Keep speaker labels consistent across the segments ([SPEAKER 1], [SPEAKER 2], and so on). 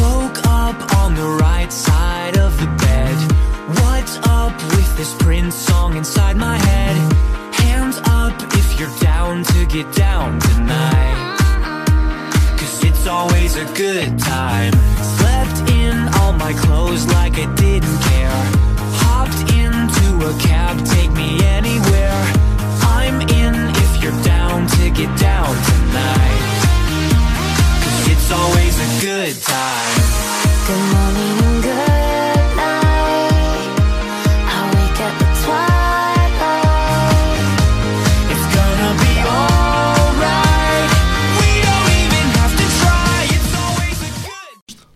[SPEAKER 1] Woke up on the right side of the bed. What's up with this Prince song inside my head? Hands up if you're down to get down tonight. Cause it's always a good time. Slept in all my clothes like I didn't care. Hopped into a cab, take me anywhere. I'm in if you're down to get down tonight. Cause it's always a good time.
[SPEAKER 2] Good morning and good night. I wake up at twilight.
[SPEAKER 1] It's gonna be alright. We don't even have to try. It's always a good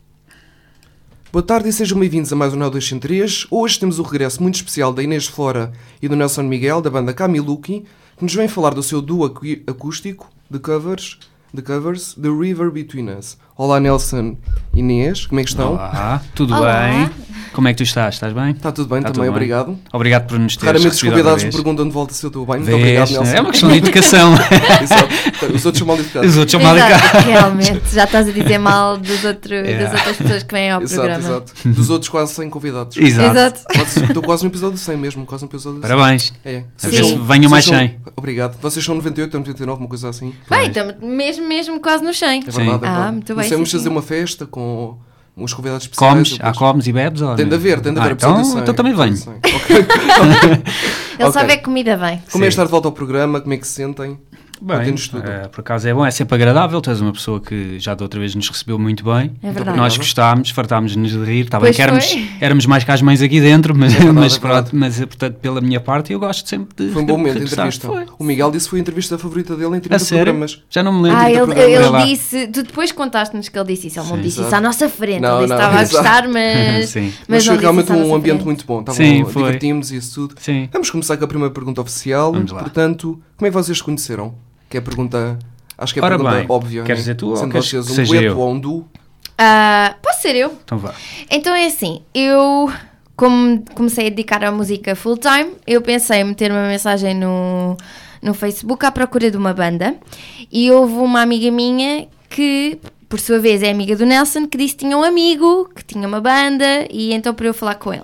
[SPEAKER 3] Boa tarde e sejam bem-vindos a mais um Neo 203. Hoje temos o regresso muito especial da Inês Flora e do Nelson Miguel, da banda Kamiluki, que nos vem falar do seu duo acu- acústico de covers, de covers The River Between Us. Olá Nelson e Inês, como é que estão?
[SPEAKER 4] Olá, tudo
[SPEAKER 2] Olá.
[SPEAKER 4] bem? Como é que tu estás? Estás bem?
[SPEAKER 3] Está tudo bem também, obrigado.
[SPEAKER 4] Obrigado por nos teres
[SPEAKER 3] Raramente os
[SPEAKER 4] recebido
[SPEAKER 3] convidados
[SPEAKER 4] outra vez.
[SPEAKER 3] perguntam de volta se eu estou bem. Muito
[SPEAKER 4] Vês,
[SPEAKER 3] obrigado,
[SPEAKER 4] né?
[SPEAKER 3] Nelson.
[SPEAKER 4] É uma questão de educação.
[SPEAKER 3] Exato. Os outros chamam de educados.
[SPEAKER 4] Os outros são mal educados.
[SPEAKER 2] Exato, realmente, já estás a dizer mal dos outro, das outras pessoas que vêm ao
[SPEAKER 3] Exato,
[SPEAKER 2] programa.
[SPEAKER 3] exato. Dos outros quase 100 convidados.
[SPEAKER 4] Exato.
[SPEAKER 3] Quase- Estou quase no episódio 100 mesmo, quase no episódio 100.
[SPEAKER 4] Parabéns.
[SPEAKER 3] É.
[SPEAKER 4] A ver se venham mais
[SPEAKER 3] são-
[SPEAKER 4] 100.
[SPEAKER 3] Obrigado. Vocês são 98, estamos 99, uma coisa assim.
[SPEAKER 2] Bem, estamos mesmo, mesmo quase no 100.
[SPEAKER 3] É verdade.
[SPEAKER 4] Sim.
[SPEAKER 3] é
[SPEAKER 2] Ah,
[SPEAKER 3] verdade.
[SPEAKER 2] muito bem,
[SPEAKER 3] Precisamos
[SPEAKER 2] sim,
[SPEAKER 3] fazer
[SPEAKER 2] sim.
[SPEAKER 3] uma festa com os convidados especiais.
[SPEAKER 4] Comes? Há
[SPEAKER 3] depois.
[SPEAKER 4] comes e bebes? ou
[SPEAKER 3] Tem de
[SPEAKER 4] não?
[SPEAKER 3] haver, tem de
[SPEAKER 4] Ah,
[SPEAKER 3] haver.
[SPEAKER 4] então,
[SPEAKER 3] episódio 100.
[SPEAKER 4] então também venho.
[SPEAKER 3] Episódio 100. Ok.
[SPEAKER 2] Ele sabe
[SPEAKER 3] Ok.
[SPEAKER 2] é que comida bem.
[SPEAKER 3] Como é
[SPEAKER 4] Sim.
[SPEAKER 3] estar de volta ao programa? Como é que se sentem?
[SPEAKER 4] Bem,
[SPEAKER 3] Contem-nos tudo.
[SPEAKER 4] eh, por acaso é bom, é sempre agradável. Tu és uma pessoa que já da outra vez nos recebeu muito bem.
[SPEAKER 2] É verdade.
[SPEAKER 4] Nós gostámos, fartámos-nos de rir. Tá bem
[SPEAKER 2] Pois
[SPEAKER 4] que éramos,
[SPEAKER 2] foi.
[SPEAKER 4] éramos mais que as mães aqui dentro, mas,
[SPEAKER 3] verdade,
[SPEAKER 4] mas,
[SPEAKER 3] é verdade.
[SPEAKER 4] pronto, mas, eh, portanto, pela minha parte, eu gosto sempre de.
[SPEAKER 3] Foi um bom momento de
[SPEAKER 4] de gostar.
[SPEAKER 3] entrevista.
[SPEAKER 4] Foi.
[SPEAKER 3] O Miguel disse que foi a entrevista favorita dele em
[SPEAKER 4] A
[SPEAKER 3] 30
[SPEAKER 4] sério?
[SPEAKER 3] programas.
[SPEAKER 4] Já não me lembro.
[SPEAKER 2] Ah,
[SPEAKER 3] do
[SPEAKER 2] ele,
[SPEAKER 3] programa.
[SPEAKER 2] ele
[SPEAKER 4] Olha lá.
[SPEAKER 2] disse, tu depois contaste-nos que ele disse isso, ele não disse isso
[SPEAKER 3] Exato.
[SPEAKER 2] à nossa frente,
[SPEAKER 3] Não,
[SPEAKER 2] ele disse
[SPEAKER 3] não,
[SPEAKER 2] estava a
[SPEAKER 3] exato.
[SPEAKER 2] gostar, mas,
[SPEAKER 4] Sim.
[SPEAKER 3] Mas
[SPEAKER 2] não
[SPEAKER 3] foi
[SPEAKER 2] disse
[SPEAKER 3] realmente
[SPEAKER 2] isso à
[SPEAKER 3] um
[SPEAKER 2] nossa
[SPEAKER 3] ambiente
[SPEAKER 2] frente.
[SPEAKER 3] muito bom. Estavam,
[SPEAKER 4] Sim, foi.
[SPEAKER 3] Divertimos e isso tudo.
[SPEAKER 4] Sim.
[SPEAKER 3] Vamos começar com a primeira pergunta oficial.
[SPEAKER 4] Vamos lá.
[SPEAKER 3] Portanto, como é que vocês se conheceram? Que é a pergunta. Acho que é a
[SPEAKER 4] Ora
[SPEAKER 3] pergunta
[SPEAKER 4] bem,
[SPEAKER 3] óbvia.
[SPEAKER 4] queres
[SPEAKER 3] né?
[SPEAKER 4] dizer tu ou
[SPEAKER 3] Sendo
[SPEAKER 4] queres
[SPEAKER 3] vocês
[SPEAKER 4] que
[SPEAKER 3] um
[SPEAKER 4] seja
[SPEAKER 3] dueto
[SPEAKER 4] eu?
[SPEAKER 3] ou um duo.
[SPEAKER 2] Ah, posso ser eu?
[SPEAKER 4] Então vá.
[SPEAKER 2] Então é assim, eu como comecei a dedicar à música full time, eu pensei em meter uma mensagem no, no Facebook à procura de uma banda e houve uma amiga minha que, por sua vez, é amiga do Nelson, que disse que tinha um amigo, que tinha uma banda e então para eu falar com ele.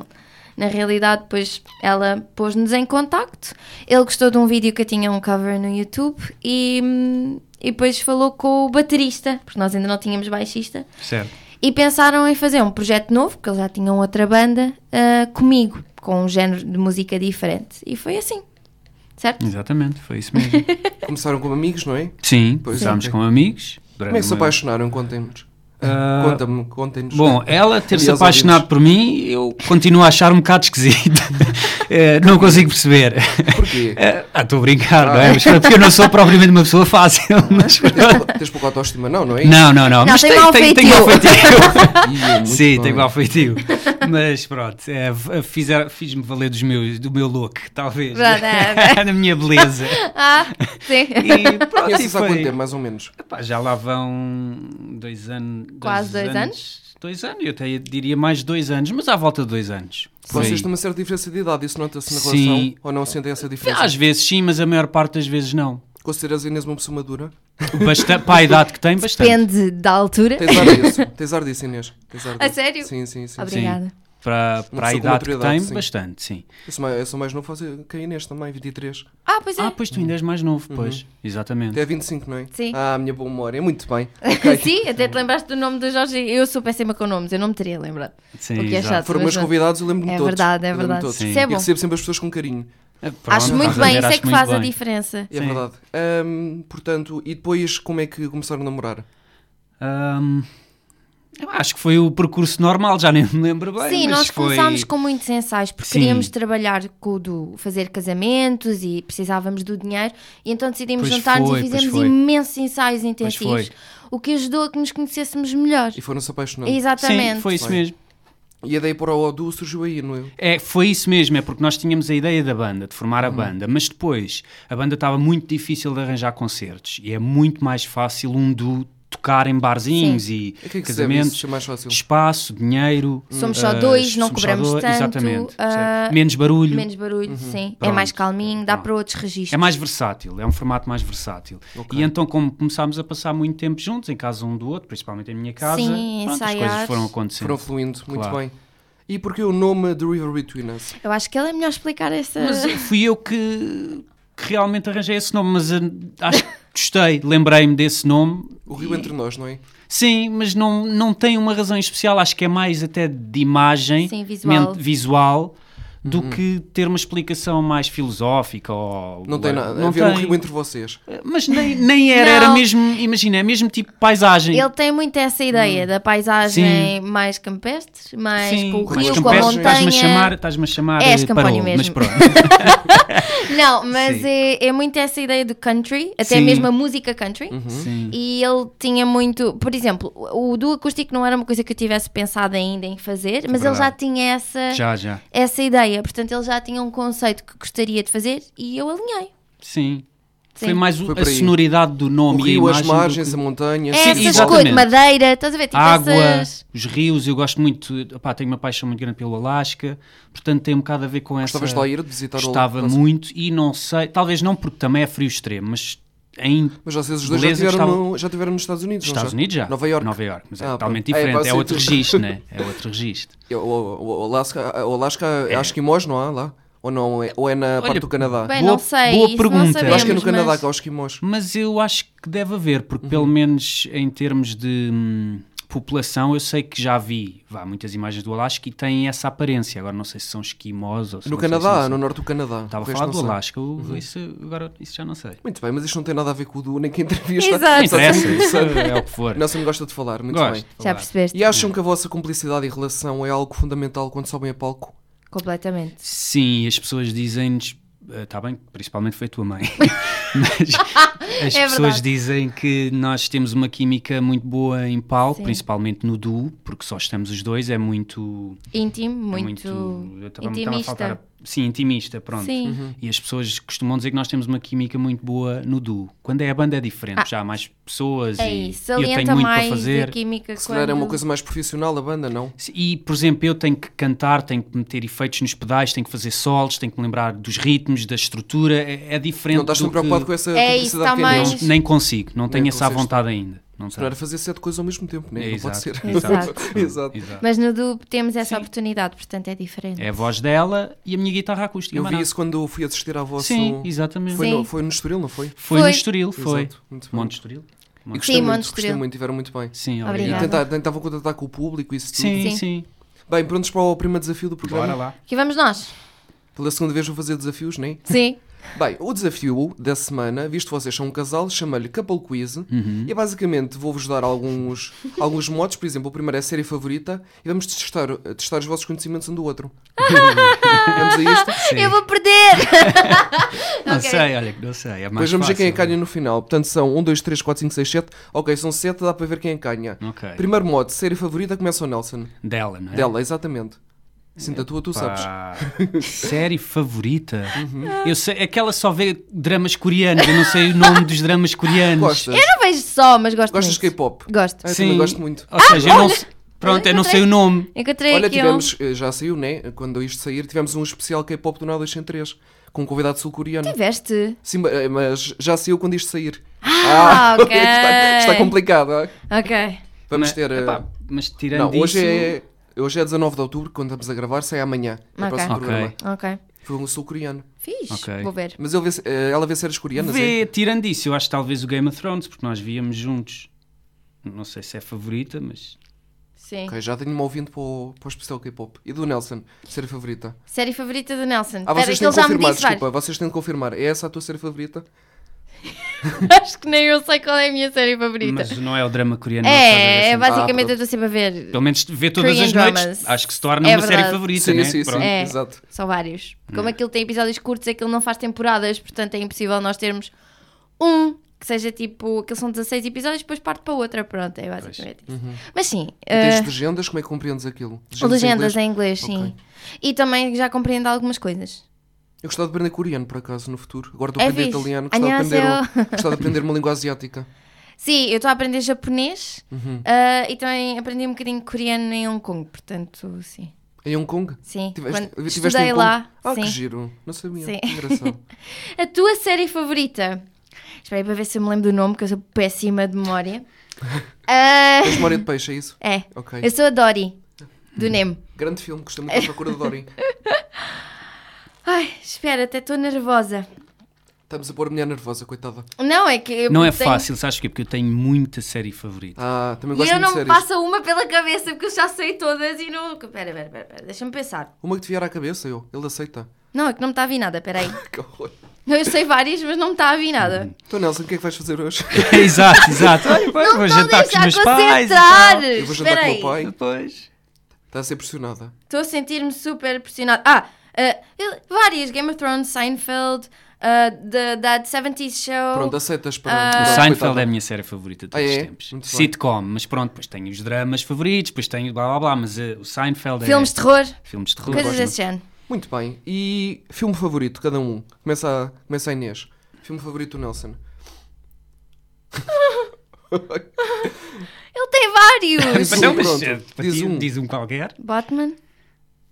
[SPEAKER 2] Na realidade, depois ela pôs-nos em contacto. Ele gostou de um vídeo que eu tinha um cover no YouTube e, hum, e depois falou com o baterista, porque nós ainda não tínhamos baixista.
[SPEAKER 4] Certo.
[SPEAKER 2] E pensaram em fazer um projeto novo, porque eles já tinham outra banda, ah, comigo, com um género de música diferente. E foi assim,
[SPEAKER 4] Hum.
[SPEAKER 2] certo?
[SPEAKER 4] Exatamente, foi isso mesmo.
[SPEAKER 3] Começaram como amigos, não é?
[SPEAKER 4] Sim,
[SPEAKER 3] Pois
[SPEAKER 4] estávamos
[SPEAKER 3] é.
[SPEAKER 4] com amigos. durante
[SPEAKER 3] Como é que se
[SPEAKER 4] uma-
[SPEAKER 3] apaixonaram? Contem-nos.
[SPEAKER 4] Ah,
[SPEAKER 3] Conta-me, contem-nos.
[SPEAKER 4] Bom, ela ter-se
[SPEAKER 3] Aliás,
[SPEAKER 4] apaixonado por mim, eu continuo a achar um bocado esquisito. Eh, não consigo perceber.
[SPEAKER 3] Porquê?
[SPEAKER 4] Eh, ah, estou a brincar, não é? Mas pronto, porque eu não sou propriamente uma pessoa fácil. Mas...
[SPEAKER 3] Tens pouca- Tens pouca autoestima, não, não é?
[SPEAKER 4] Não, não, não.
[SPEAKER 2] Não,
[SPEAKER 4] mas
[SPEAKER 2] tem mau
[SPEAKER 4] mau
[SPEAKER 2] feitio.
[SPEAKER 4] feitio.
[SPEAKER 3] Ih, é muito
[SPEAKER 4] Sim,
[SPEAKER 3] bom.
[SPEAKER 4] tem mau feitio. Mas pronto, eh, f- fizer- fiz-me valer dos meus, do meu look, talvez.
[SPEAKER 2] Verdade.
[SPEAKER 4] da minha beleza.
[SPEAKER 2] Ah, sim.
[SPEAKER 4] E pronto, e
[SPEAKER 3] Conheces Ah, há
[SPEAKER 4] foi.
[SPEAKER 3] quanto tempo, mais ou menos?
[SPEAKER 4] Pá, já lá vão dois anos.
[SPEAKER 2] Quase dois
[SPEAKER 4] Dois anos, eu até diria mais dois anos, mas à volta de dois anos. por aí.
[SPEAKER 3] Vocês têm uma certa diferença de idade, isso nota-se na
[SPEAKER 4] Sim.
[SPEAKER 3] relação? Ou não sentem essa diferença?
[SPEAKER 4] Às vezes sim, mas a maior parte das vezes não.
[SPEAKER 3] Consideras a Inês uma pessoa madura?
[SPEAKER 4] Basta... Para a idade que tem, bastante.
[SPEAKER 2] Depende da altura.
[SPEAKER 3] Tens ar disso, tens ar disso, Inês. Tens ar
[SPEAKER 2] A
[SPEAKER 3] disso.
[SPEAKER 2] sério?
[SPEAKER 3] Sim, sim, sim.
[SPEAKER 4] Sim.
[SPEAKER 2] Obrigada.
[SPEAKER 4] Para,
[SPEAKER 3] Uma
[SPEAKER 4] para
[SPEAKER 3] pessoa com
[SPEAKER 4] a idade que
[SPEAKER 3] maturidade,
[SPEAKER 4] tem,
[SPEAKER 3] sim.
[SPEAKER 4] bastante, sim.
[SPEAKER 3] Eu sou mais, eu sou mais novo fazer- que a Inês também, 23.
[SPEAKER 2] Ah, pois é.
[SPEAKER 4] Ah, pois tu ainda és mais novo, pois.
[SPEAKER 3] Uhum. Até
[SPEAKER 4] Exatamente.
[SPEAKER 3] 25, não é?
[SPEAKER 2] Sim.
[SPEAKER 3] Ah, minha boa memória, muito bem. Ok.
[SPEAKER 2] Sim, até te lembraste do nome do Jorge. Eu sou péssima com nomes, eu não me teria lembrado.
[SPEAKER 4] Sim,
[SPEAKER 2] o que é
[SPEAKER 4] exato.
[SPEAKER 2] chato.
[SPEAKER 3] Foram
[SPEAKER 2] mas
[SPEAKER 3] meus
[SPEAKER 2] pronto.
[SPEAKER 3] convidados, eu lembro-me
[SPEAKER 2] É
[SPEAKER 3] todos.
[SPEAKER 2] verdade, é
[SPEAKER 3] Eu lembro-me
[SPEAKER 2] verdade.
[SPEAKER 3] todos.
[SPEAKER 2] Isso é
[SPEAKER 3] E
[SPEAKER 2] bom.
[SPEAKER 3] recebo sempre as pessoas com carinho.
[SPEAKER 4] Ah, pronto,
[SPEAKER 2] Acho muito
[SPEAKER 4] estás a
[SPEAKER 2] bem,
[SPEAKER 4] ver,
[SPEAKER 2] isso é
[SPEAKER 4] acho
[SPEAKER 2] que
[SPEAKER 4] muito
[SPEAKER 2] faz a
[SPEAKER 4] bem.
[SPEAKER 2] diferença.
[SPEAKER 3] É
[SPEAKER 4] Sim.
[SPEAKER 3] verdade. Ahm, portanto, e depois como é que começaram a namorar?
[SPEAKER 4] Ahm, eu acho que foi o percurso normal, já nem me lembro bem.
[SPEAKER 2] Sim,
[SPEAKER 4] mas
[SPEAKER 2] nós
[SPEAKER 4] foi...
[SPEAKER 2] começámos com muitos ensaios porque
[SPEAKER 4] Sim.
[SPEAKER 2] queríamos trabalhar com o do fazer casamentos e precisávamos do dinheiro e então decidimos
[SPEAKER 4] Pois
[SPEAKER 2] juntar-nos
[SPEAKER 4] foi,
[SPEAKER 2] e
[SPEAKER 4] pois
[SPEAKER 2] fizemos
[SPEAKER 4] foi.
[SPEAKER 2] imensos ensaios
[SPEAKER 4] Pois
[SPEAKER 2] intensivos,
[SPEAKER 4] foi.
[SPEAKER 2] o que ajudou a que nos conhecêssemos melhor.
[SPEAKER 3] E foram-se apaixonando.
[SPEAKER 2] Exatamente.
[SPEAKER 4] Sim, foi isso
[SPEAKER 3] Foi.
[SPEAKER 4] mesmo.
[SPEAKER 3] E a ideia para o Odu surgiu aí, não é?
[SPEAKER 4] É, foi isso mesmo, é porque nós tínhamos a ideia da banda, de formar
[SPEAKER 2] Uhum.
[SPEAKER 4] a banda, mas depois a banda estava muito difícil de arranjar concertos e é muito mais fácil um duo tocar em barzinhos
[SPEAKER 2] Sim.
[SPEAKER 4] e
[SPEAKER 3] O que é que se deve
[SPEAKER 4] casamentos,
[SPEAKER 3] isso? É mais fácil.
[SPEAKER 4] espaço, dinheiro.
[SPEAKER 2] Somos só
[SPEAKER 4] ah,
[SPEAKER 2] dois, não
[SPEAKER 4] somos só
[SPEAKER 2] cobramos
[SPEAKER 4] dois,
[SPEAKER 2] tanto,
[SPEAKER 4] Exatamente.
[SPEAKER 2] ah,
[SPEAKER 4] percebe? menos barulho.
[SPEAKER 2] Menos barulho, sim. É
[SPEAKER 4] Uhum. Pronto.
[SPEAKER 2] mais calminho, dá
[SPEAKER 4] Pronto.
[SPEAKER 2] para outros registros.
[SPEAKER 4] É mais versátil, é um formato mais versátil. E então, como começámos a passar muito tempo juntos, em casa um do outro, principalmente em minha casa,
[SPEAKER 2] Sim,
[SPEAKER 4] pronto, as
[SPEAKER 2] ensaiar.
[SPEAKER 4] coisas foram acontecendo.
[SPEAKER 3] Foram fluindo, muito
[SPEAKER 4] Claro.
[SPEAKER 3] bem. E porquê o nome The River Between Us?
[SPEAKER 2] Eu acho que ele é melhor explicar essa.
[SPEAKER 4] Mas eh, fui eu que, que realmente arranjei esse nome, mas eh, acho que gostei, lembrei-me desse nome.
[SPEAKER 3] O Rio Entre Nós, não é?
[SPEAKER 4] Sim, mas não, não tem uma razão especial, acho que é mais até de imagem,
[SPEAKER 2] Sim, visual.
[SPEAKER 4] mente- visual, do
[SPEAKER 3] Uhum.
[SPEAKER 4] que ter uma explicação mais filosófica ou...
[SPEAKER 3] Não tem nada. Não
[SPEAKER 4] Não
[SPEAKER 3] Havia um
[SPEAKER 4] tem.
[SPEAKER 3] rio entre vocês.
[SPEAKER 4] Mas nem, nem era, era
[SPEAKER 2] Não.
[SPEAKER 4] mesmo, imagina, é mesmo tipo paisagem.
[SPEAKER 2] Ele tem muito essa ideia da paisagem mais campestre, mais
[SPEAKER 4] Hum. Sim,
[SPEAKER 2] com o
[SPEAKER 3] mais
[SPEAKER 2] rio, com a
[SPEAKER 4] campestre,
[SPEAKER 2] montanha. É,
[SPEAKER 4] Estás-me a chamar, estás-me a chamar
[SPEAKER 2] És
[SPEAKER 4] eh,
[SPEAKER 2] campónio
[SPEAKER 4] parolo, mas
[SPEAKER 2] mesmo.
[SPEAKER 4] pronto.
[SPEAKER 2] Não, mas
[SPEAKER 4] Sim.
[SPEAKER 2] é, é muito essa ideia do country, até
[SPEAKER 4] Sim. Uhum.
[SPEAKER 2] mesmo a música country.
[SPEAKER 3] Uhum.
[SPEAKER 4] Sim.
[SPEAKER 2] E ele tinha muito. Por exemplo, o o do acústico não era uma coisa que eu tivesse pensado ainda em fazer, mas ele
[SPEAKER 4] É verdade.
[SPEAKER 2] já tinha essa,
[SPEAKER 4] Já, já.
[SPEAKER 2] essa ideia. Portanto, ele já tinha um conceito que gostaria de fazer e eu alinhei.
[SPEAKER 4] Sim.
[SPEAKER 2] Sim.
[SPEAKER 4] Foi mais o-
[SPEAKER 3] Foi por
[SPEAKER 4] a
[SPEAKER 3] aí.
[SPEAKER 4] sonoridade do
[SPEAKER 3] O
[SPEAKER 4] nome e a
[SPEAKER 3] rio, as
[SPEAKER 4] imagem do
[SPEAKER 3] margens,
[SPEAKER 4] que-
[SPEAKER 3] a montanha.
[SPEAKER 4] Sim,
[SPEAKER 2] É, essas
[SPEAKER 4] exatamente.
[SPEAKER 2] coisas, madeira, estás a ver? Tipo,
[SPEAKER 4] a água,
[SPEAKER 2] essas.
[SPEAKER 4] os rios, eu gosto muito, opá, tenho uma paixão muito grande pelo Alasca, portanto tem um bocado a ver com essa...
[SPEAKER 3] Gostavas de lá ir, de visitar o-
[SPEAKER 4] Gostava
[SPEAKER 3] Nossa,
[SPEAKER 4] muito e não sei, talvez não porque também é frio extremo, mas em
[SPEAKER 3] Mas vocês os dois
[SPEAKER 4] Beleza,
[SPEAKER 3] já, tiveram
[SPEAKER 4] gostava-
[SPEAKER 3] no- já tiveram nos Estados Unidos, não
[SPEAKER 4] Estados Unidos já.
[SPEAKER 3] Nova York.
[SPEAKER 4] Nova Iorque, mas é
[SPEAKER 3] Ah,
[SPEAKER 4] totalmente
[SPEAKER 3] pronto. Ah, é
[SPEAKER 4] diferente, é,
[SPEAKER 3] quase
[SPEAKER 4] outro
[SPEAKER 3] tudo.
[SPEAKER 4] registro, né? É outro registro.
[SPEAKER 3] O, o, o Alasca, o Alasca
[SPEAKER 4] É.
[SPEAKER 3] há esquimós, não há lá? Ou não? É- Ou é na parte do Canadá?
[SPEAKER 2] Bem,
[SPEAKER 4] Boa-
[SPEAKER 2] não sei.
[SPEAKER 4] boa
[SPEAKER 2] isso
[SPEAKER 4] pergunta.
[SPEAKER 2] Não
[SPEAKER 4] Eu
[SPEAKER 3] Eu acho que é no
[SPEAKER 2] sabemos,
[SPEAKER 3] Canadá
[SPEAKER 2] mas-
[SPEAKER 3] que há os esquimós.
[SPEAKER 4] Mas eu acho que deve haver, porque pelo menos em termos de hum, população, eu sei que já vi vá, muitas imagens do Alasca e têm essa aparência. Agora não sei se são esquimós ou se
[SPEAKER 3] No
[SPEAKER 4] não sei se
[SPEAKER 3] Canadá,
[SPEAKER 4] não
[SPEAKER 3] no
[SPEAKER 4] são. assim.
[SPEAKER 3] norte do Canadá.
[SPEAKER 4] Estava
[SPEAKER 3] O
[SPEAKER 4] a
[SPEAKER 3] resto
[SPEAKER 4] falar
[SPEAKER 3] não
[SPEAKER 4] do
[SPEAKER 3] sei.
[SPEAKER 4] Alasca, o- isso, agora isso já não sei.
[SPEAKER 3] Muito bem, mas isto não tem nada a ver com o do nem com a entrevista.
[SPEAKER 2] Exato.
[SPEAKER 4] Não
[SPEAKER 2] Isso é
[SPEAKER 4] interessa, isso é o que for.
[SPEAKER 3] Nelson gosta de falar, muito
[SPEAKER 4] Gosto.
[SPEAKER 3] bem.
[SPEAKER 4] de
[SPEAKER 2] Já
[SPEAKER 4] falar.
[SPEAKER 2] percebeste?
[SPEAKER 3] E acham que a vossa cumplicidade e relação é algo fundamental quando sobem a palco?
[SPEAKER 2] Completamente.
[SPEAKER 4] Sim, as pessoas dizem-nos. Está bem, principalmente foi a tua mãe. Mas as
[SPEAKER 2] É
[SPEAKER 4] pessoas
[SPEAKER 2] verdade.
[SPEAKER 4] dizem que nós temos uma química muito boa em palco,
[SPEAKER 2] Sim.
[SPEAKER 4] principalmente no duo, porque só estamos os dois, é muito.
[SPEAKER 2] Íntimo,
[SPEAKER 4] é
[SPEAKER 2] muito,
[SPEAKER 4] eu estava- estava a faltar
[SPEAKER 2] intimista.
[SPEAKER 4] a- sim, intimista, pronto. Uhum.
[SPEAKER 2] Sim.
[SPEAKER 4] E as pessoas costumam dizer que nós temos uma química muito boa no duo. Quando é a banda é diferente, já há mais pessoas
[SPEAKER 2] Ah, É
[SPEAKER 4] e
[SPEAKER 2] isso.
[SPEAKER 4] eu
[SPEAKER 2] Salienta
[SPEAKER 4] tenho muito para
[SPEAKER 2] mais
[SPEAKER 4] fazer.
[SPEAKER 2] a química
[SPEAKER 3] Se calhar
[SPEAKER 2] quando...
[SPEAKER 3] é uma coisa mais profissional a banda, não?
[SPEAKER 4] Sim, E, por exemplo, eu tenho que cantar, tenho que meter efeitos nos pedais, tenho que fazer solos, tenho que me lembrar dos ritmos, da estrutura. É, é diferente.
[SPEAKER 3] Não estás
[SPEAKER 4] do
[SPEAKER 3] tão preocupado
[SPEAKER 4] que...
[SPEAKER 3] com essa
[SPEAKER 2] É isso,
[SPEAKER 3] cumplicidade
[SPEAKER 2] está
[SPEAKER 3] que é
[SPEAKER 2] mais-
[SPEAKER 3] deles?
[SPEAKER 2] isso?
[SPEAKER 4] Nem consigo, não tenho essa
[SPEAKER 3] consegues.
[SPEAKER 4] vontade ainda. Não sei.
[SPEAKER 3] Não era fazer sete coisas ao mesmo tempo, né?
[SPEAKER 4] É,
[SPEAKER 3] não
[SPEAKER 4] exato,
[SPEAKER 3] pode ser.
[SPEAKER 4] Exato.
[SPEAKER 3] Exato.
[SPEAKER 4] exato.
[SPEAKER 2] Mas no Duo temos essa oportunidade, portanto é diferente.
[SPEAKER 4] É a voz dela e a minha guitarra acústica.
[SPEAKER 3] Eu
[SPEAKER 4] mais
[SPEAKER 3] vi
[SPEAKER 4] nada.
[SPEAKER 3] isso quando fui assistir ao vosso...
[SPEAKER 4] Sim, exatamente.
[SPEAKER 3] Foi, no,
[SPEAKER 2] Sim.
[SPEAKER 3] foi no Estoril, não foi?
[SPEAKER 4] Foi
[SPEAKER 2] Foi.
[SPEAKER 4] no Estoril, foi.
[SPEAKER 3] Exato, muito bem.
[SPEAKER 4] Monte Estoril.
[SPEAKER 3] E
[SPEAKER 4] Monte-
[SPEAKER 3] gostei
[SPEAKER 2] Sim,
[SPEAKER 3] muito,
[SPEAKER 2] Monte
[SPEAKER 3] gostei
[SPEAKER 2] Estoril.
[SPEAKER 3] muito, tiveram muito bem.
[SPEAKER 4] Sim,
[SPEAKER 3] E
[SPEAKER 2] Obrigada.
[SPEAKER 4] obrigado. Então,
[SPEAKER 3] tenta- tentavam contratar com o público, isso tudo.
[SPEAKER 4] Sim,
[SPEAKER 2] Sim.
[SPEAKER 4] sim,
[SPEAKER 3] Bem, prontos para o primeiro desafio do
[SPEAKER 4] Bora
[SPEAKER 3] programa?
[SPEAKER 4] lá.
[SPEAKER 2] Aqui vamos nós.
[SPEAKER 3] Pela segunda vez vou fazer desafios, não é?
[SPEAKER 2] Sim.
[SPEAKER 3] Bem, o desafio da semana, visto que vocês são um casal, chamei-lhe Couple Quiz.
[SPEAKER 4] Uhum.
[SPEAKER 3] E basicamente vou-vos dar alguns, alguns modos. Por exemplo, o primeiro é a série favorita. E vamos testar, testar os vossos conhecimentos um do outro. vamos a isto.
[SPEAKER 2] Eu vou perder!
[SPEAKER 4] Não
[SPEAKER 3] Ah,
[SPEAKER 2] Ok.
[SPEAKER 4] sei, olha, que não sei. É mais
[SPEAKER 3] Depois vamos ver quem
[SPEAKER 4] fácil.
[SPEAKER 3] encanha no final. Portanto, são 1, 2, 3, 4, 5, 6, 7. Ok, são 7, dá para ver quem encanha.
[SPEAKER 4] Ok.
[SPEAKER 3] Primeiro modo, série favorita, começa o Nelson.
[SPEAKER 4] Dela, não é?
[SPEAKER 3] Dela, exatamente. Sinta tua, tu sabes. Uhum.
[SPEAKER 4] Pá, série favorita? Eu sei, é que ela só vê dramas coreanos, eu não sei o nome dos dramas coreanos.
[SPEAKER 3] Gostas?
[SPEAKER 2] Eu não vejo só, mas gosto
[SPEAKER 3] Gostas de
[SPEAKER 2] muito.
[SPEAKER 3] K-pop?
[SPEAKER 2] Gosto.
[SPEAKER 3] Ah, eu também gosto muito.
[SPEAKER 4] Ou seja, eu não, se- pronto, eu não sei o nome.
[SPEAKER 2] Ah, Encontrei
[SPEAKER 3] Olha,
[SPEAKER 2] aqui um
[SPEAKER 3] tivemos, eh, já saiu, né? Quando isto sair, tivemos um especial K-pop do Nau 203 com um convidado sul-coreano.
[SPEAKER 2] um... Tiveste?
[SPEAKER 3] Sim, ma- eh, mas já saiu quando isto sair.
[SPEAKER 2] Ah, ok.
[SPEAKER 3] está, está complicado. ah.
[SPEAKER 2] Ok.
[SPEAKER 3] Vamos
[SPEAKER 4] Mas,
[SPEAKER 3] ter. eh,
[SPEAKER 4] epá, mas tirando
[SPEAKER 3] não,
[SPEAKER 4] isso...
[SPEAKER 3] hoje é. Hoje é 19 de outubro, quando estamos a gravar, sai amanhã. É o
[SPEAKER 2] Ok.
[SPEAKER 3] próximo
[SPEAKER 4] Ok.
[SPEAKER 3] programa.
[SPEAKER 2] Ok.
[SPEAKER 3] Foi um sul-coreano.
[SPEAKER 2] Fiz.
[SPEAKER 4] Ok.
[SPEAKER 2] Vou ver.
[SPEAKER 3] Mas ele vê- eh, ela vê séries coreanas,
[SPEAKER 4] Vê, tirando isso, eu acho que talvez o Game of Thrones, porque nós víamos juntos. Não sei se é favorita, mas...
[SPEAKER 2] Sim.
[SPEAKER 3] é? Ok, já tenho-me ouvindo para o, para o especial K-pop. E do Nelson, série favorita?
[SPEAKER 2] Série favorita do Nelson.
[SPEAKER 3] Ah,
[SPEAKER 2] Espera, que
[SPEAKER 3] vocês têm
[SPEAKER 2] ele
[SPEAKER 3] de
[SPEAKER 2] já me
[SPEAKER 3] confirmar,
[SPEAKER 2] disse vários.
[SPEAKER 3] desculpa, vocês têm de confirmar. É essa a tua série favorita?
[SPEAKER 2] Acho que nem eu sei qual é a minha série favorita.
[SPEAKER 4] Mas não é o drama coreano. não estás a ver,
[SPEAKER 2] É, é
[SPEAKER 4] assim.
[SPEAKER 2] basicamente
[SPEAKER 3] Ah,
[SPEAKER 2] eu estou sempre a ver.
[SPEAKER 4] Pelo menos vê todas
[SPEAKER 2] Korean
[SPEAKER 4] as noites,
[SPEAKER 2] dramas.
[SPEAKER 4] acho que se torna
[SPEAKER 2] É
[SPEAKER 4] uma série
[SPEAKER 2] verdade.
[SPEAKER 4] favorita,
[SPEAKER 3] sim,
[SPEAKER 4] né?
[SPEAKER 3] sim, sim,
[SPEAKER 4] Pronto.
[SPEAKER 2] É.
[SPEAKER 3] exato.
[SPEAKER 2] São vários. Como
[SPEAKER 3] Hum.
[SPEAKER 2] aquilo tem episódios curtos, aquilo não faz temporadas, portanto é impossível nós termos um que seja tipo. Aqueles são 16 episódios, depois parte para outra. Pronto, é basicamente isso. Mas sim.
[SPEAKER 3] Uhum. E tens
[SPEAKER 2] eh,
[SPEAKER 3] legendas? Como é que compreendes aquilo?
[SPEAKER 2] Legendas
[SPEAKER 3] em inglês?
[SPEAKER 2] em inglês, sim.
[SPEAKER 3] Ok.
[SPEAKER 2] E também já compreendo algumas coisas.
[SPEAKER 3] Eu gostava de aprender coreano, por acaso, no futuro. Agora estou a
[SPEAKER 2] É
[SPEAKER 3] aprender
[SPEAKER 2] fixe.
[SPEAKER 3] italiano. Gostava de aprender,
[SPEAKER 2] Annyeonghaseyo.
[SPEAKER 3] gostava de aprender uma língua asiática.
[SPEAKER 2] Sim, eu estou a aprender japonês
[SPEAKER 3] Uhum.
[SPEAKER 2] ah, e também aprendi um bocadinho coreano em Hong Kong, portanto, sim.
[SPEAKER 3] Em Hong Kong?
[SPEAKER 2] Sim,
[SPEAKER 3] Tiveste,
[SPEAKER 2] quando
[SPEAKER 3] tiveste em
[SPEAKER 2] estudei
[SPEAKER 3] Hong Kong?
[SPEAKER 2] lá,
[SPEAKER 3] Ah,
[SPEAKER 2] sim.
[SPEAKER 3] que giro. Não sabia.
[SPEAKER 2] Sim.
[SPEAKER 3] Engraçado.
[SPEAKER 2] A tua série favorita? Espera aí para ver se eu me lembro do nome, que eu sou péssima de memória. Ah,
[SPEAKER 3] Tens memória de peixe, é isso?
[SPEAKER 2] é,
[SPEAKER 3] Ok. Hum.
[SPEAKER 2] eu sou a Dory, do Nemo.
[SPEAKER 3] Grande filme, gostei muito da procura de Dory.
[SPEAKER 2] Ai, espera, até estou nervosa.
[SPEAKER 3] Estamos a pôr a mulher nervosa, coitada.
[SPEAKER 2] Não, é que... eu
[SPEAKER 4] Não é
[SPEAKER 2] tenho-
[SPEAKER 4] fácil, sabes porquê? Porque eu tenho muita série favorita.
[SPEAKER 3] Ah, também
[SPEAKER 2] E
[SPEAKER 3] gosto
[SPEAKER 2] eu
[SPEAKER 3] muito
[SPEAKER 2] não
[SPEAKER 3] de
[SPEAKER 2] me
[SPEAKER 3] séries.
[SPEAKER 2] passa uma pela cabeça, porque eu já sei todas e não... Espera, espera, espera, espera, deixa-me pensar.
[SPEAKER 3] Uma que te vier à cabeça, eu. Ele aceita.
[SPEAKER 2] Não, é que não me está a vir nada, espera aí.
[SPEAKER 3] Que horror.
[SPEAKER 2] Eu sei várias, mas não me está a vir nada.
[SPEAKER 3] Então, Nelson, o que é que vais fazer hoje?
[SPEAKER 4] exato, exato. Ai, pá,
[SPEAKER 2] Não
[SPEAKER 4] vou
[SPEAKER 2] estou a
[SPEAKER 4] jantar com
[SPEAKER 2] deixar
[SPEAKER 4] os meus
[SPEAKER 2] concentrar!
[SPEAKER 4] pais. e tal.
[SPEAKER 3] então. Eu vou jantar
[SPEAKER 2] Espera
[SPEAKER 3] com o
[SPEAKER 2] aí.
[SPEAKER 3] meu pai.
[SPEAKER 4] Depois.
[SPEAKER 3] Está a ser pressionada.
[SPEAKER 2] Estou a sentir-me super pressionada. Ah, ah, ele- várias. Game of Thrones, Seinfeld, ah, the, That 70s Show.
[SPEAKER 3] Pronto, aceitas para. um
[SPEAKER 4] O
[SPEAKER 2] Ah,
[SPEAKER 3] para-
[SPEAKER 4] Seinfeld
[SPEAKER 3] coitada.
[SPEAKER 4] é a minha série favorita de todos
[SPEAKER 3] Ah, é?
[SPEAKER 4] os tempos.
[SPEAKER 3] Muito bem.
[SPEAKER 4] Sitcom, mas pronto, depois tenho os dramas favoritos, depois tenho blá blá blá, mas eh, o Seinfeld
[SPEAKER 2] Filmes
[SPEAKER 4] é...
[SPEAKER 2] de terror,
[SPEAKER 4] Filmes de terror.
[SPEAKER 2] coisas
[SPEAKER 4] gosto
[SPEAKER 2] desse género.
[SPEAKER 3] Muito bem. E filme favorito, cada um. Começa a, começa a Inês. Filme favorito do Nelson.
[SPEAKER 2] Ele tem vários!
[SPEAKER 3] Mas é um
[SPEAKER 4] Mas não, mas,
[SPEAKER 3] Pronto,
[SPEAKER 4] eh, para
[SPEAKER 3] diz
[SPEAKER 4] ti,
[SPEAKER 3] um.
[SPEAKER 4] diz um qualquer.
[SPEAKER 2] Batman?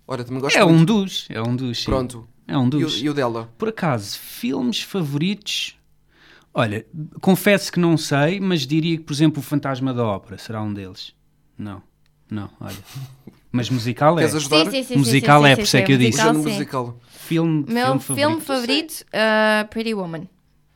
[SPEAKER 3] Ora, também gosto
[SPEAKER 4] É
[SPEAKER 3] muito.
[SPEAKER 4] um dos, é um dos. sim.
[SPEAKER 3] Pronto.
[SPEAKER 4] É um
[SPEAKER 3] E o,
[SPEAKER 4] dos.
[SPEAKER 3] e o dela?
[SPEAKER 4] Por acaso, filmes favoritos? Olha, confesso que não sei, mas diria que, por exemplo, O Fantasma da Ópera será um deles. Não, não, olha. Mas musical é.
[SPEAKER 3] Queres ajudar?
[SPEAKER 2] Sim, sim, sim.
[SPEAKER 4] Musical
[SPEAKER 2] sim, sim,
[SPEAKER 4] é,
[SPEAKER 2] sim,
[SPEAKER 4] por isso
[SPEAKER 2] sim,
[SPEAKER 4] é que eu disse.
[SPEAKER 3] Género
[SPEAKER 2] musical, sim.
[SPEAKER 3] musical.
[SPEAKER 4] Filme,
[SPEAKER 2] Meu
[SPEAKER 4] filme
[SPEAKER 2] filme
[SPEAKER 4] favorito.
[SPEAKER 2] favorito, ah, Pretty Woman.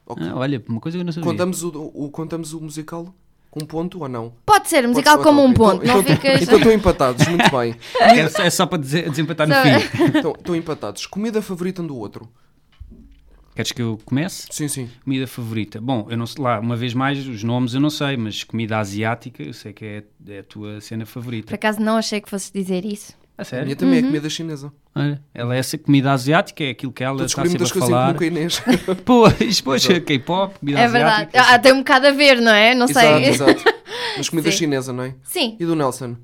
[SPEAKER 3] Ok.
[SPEAKER 4] Ah, olha, uma coisa que eu não sabia.
[SPEAKER 3] Contamos o, o- contamos o musical com um ponto ou não?
[SPEAKER 2] Pode ser
[SPEAKER 3] Pode
[SPEAKER 2] musical
[SPEAKER 3] ser,
[SPEAKER 2] como
[SPEAKER 3] ok.
[SPEAKER 2] um ponto,
[SPEAKER 3] Então,
[SPEAKER 2] não
[SPEAKER 3] então-
[SPEAKER 2] ficas.
[SPEAKER 3] Então estão empatados, muito bem.
[SPEAKER 4] É, só- é só para dizer- desempatar no
[SPEAKER 2] Só-
[SPEAKER 4] fim.
[SPEAKER 3] Estão, estão empatados. Comida favorita um do outro?
[SPEAKER 4] Queres que eu comece?
[SPEAKER 3] Sim, sim.
[SPEAKER 4] Comida favorita. Bom, eu não sei lá, uma vez mais, os nomes eu não sei, mas comida asiática eu sei que é, é a tua cena
[SPEAKER 2] Por
[SPEAKER 4] favorita.
[SPEAKER 2] acaso não achei que fosses dizer isso.
[SPEAKER 4] A
[SPEAKER 3] A
[SPEAKER 4] sério?
[SPEAKER 3] minha
[SPEAKER 2] Uhum.
[SPEAKER 3] também é comida chinesa.
[SPEAKER 4] Olha, ela é essa comida asiática, é aquilo que ela
[SPEAKER 3] Tu
[SPEAKER 4] está
[SPEAKER 3] descobri
[SPEAKER 4] sempre a
[SPEAKER 3] muitas coisas em
[SPEAKER 4] falar.
[SPEAKER 3] comum com a Inês.
[SPEAKER 4] Pois, pois, K-pop, comida
[SPEAKER 2] é verdade.
[SPEAKER 4] asiática.
[SPEAKER 2] Ah, tem um bocado a ver, não é? Não
[SPEAKER 3] exato,
[SPEAKER 2] sei.
[SPEAKER 3] exato. Mas comida
[SPEAKER 2] Sim.
[SPEAKER 3] chinesa, não é?
[SPEAKER 2] Sim.
[SPEAKER 3] E do Nelson?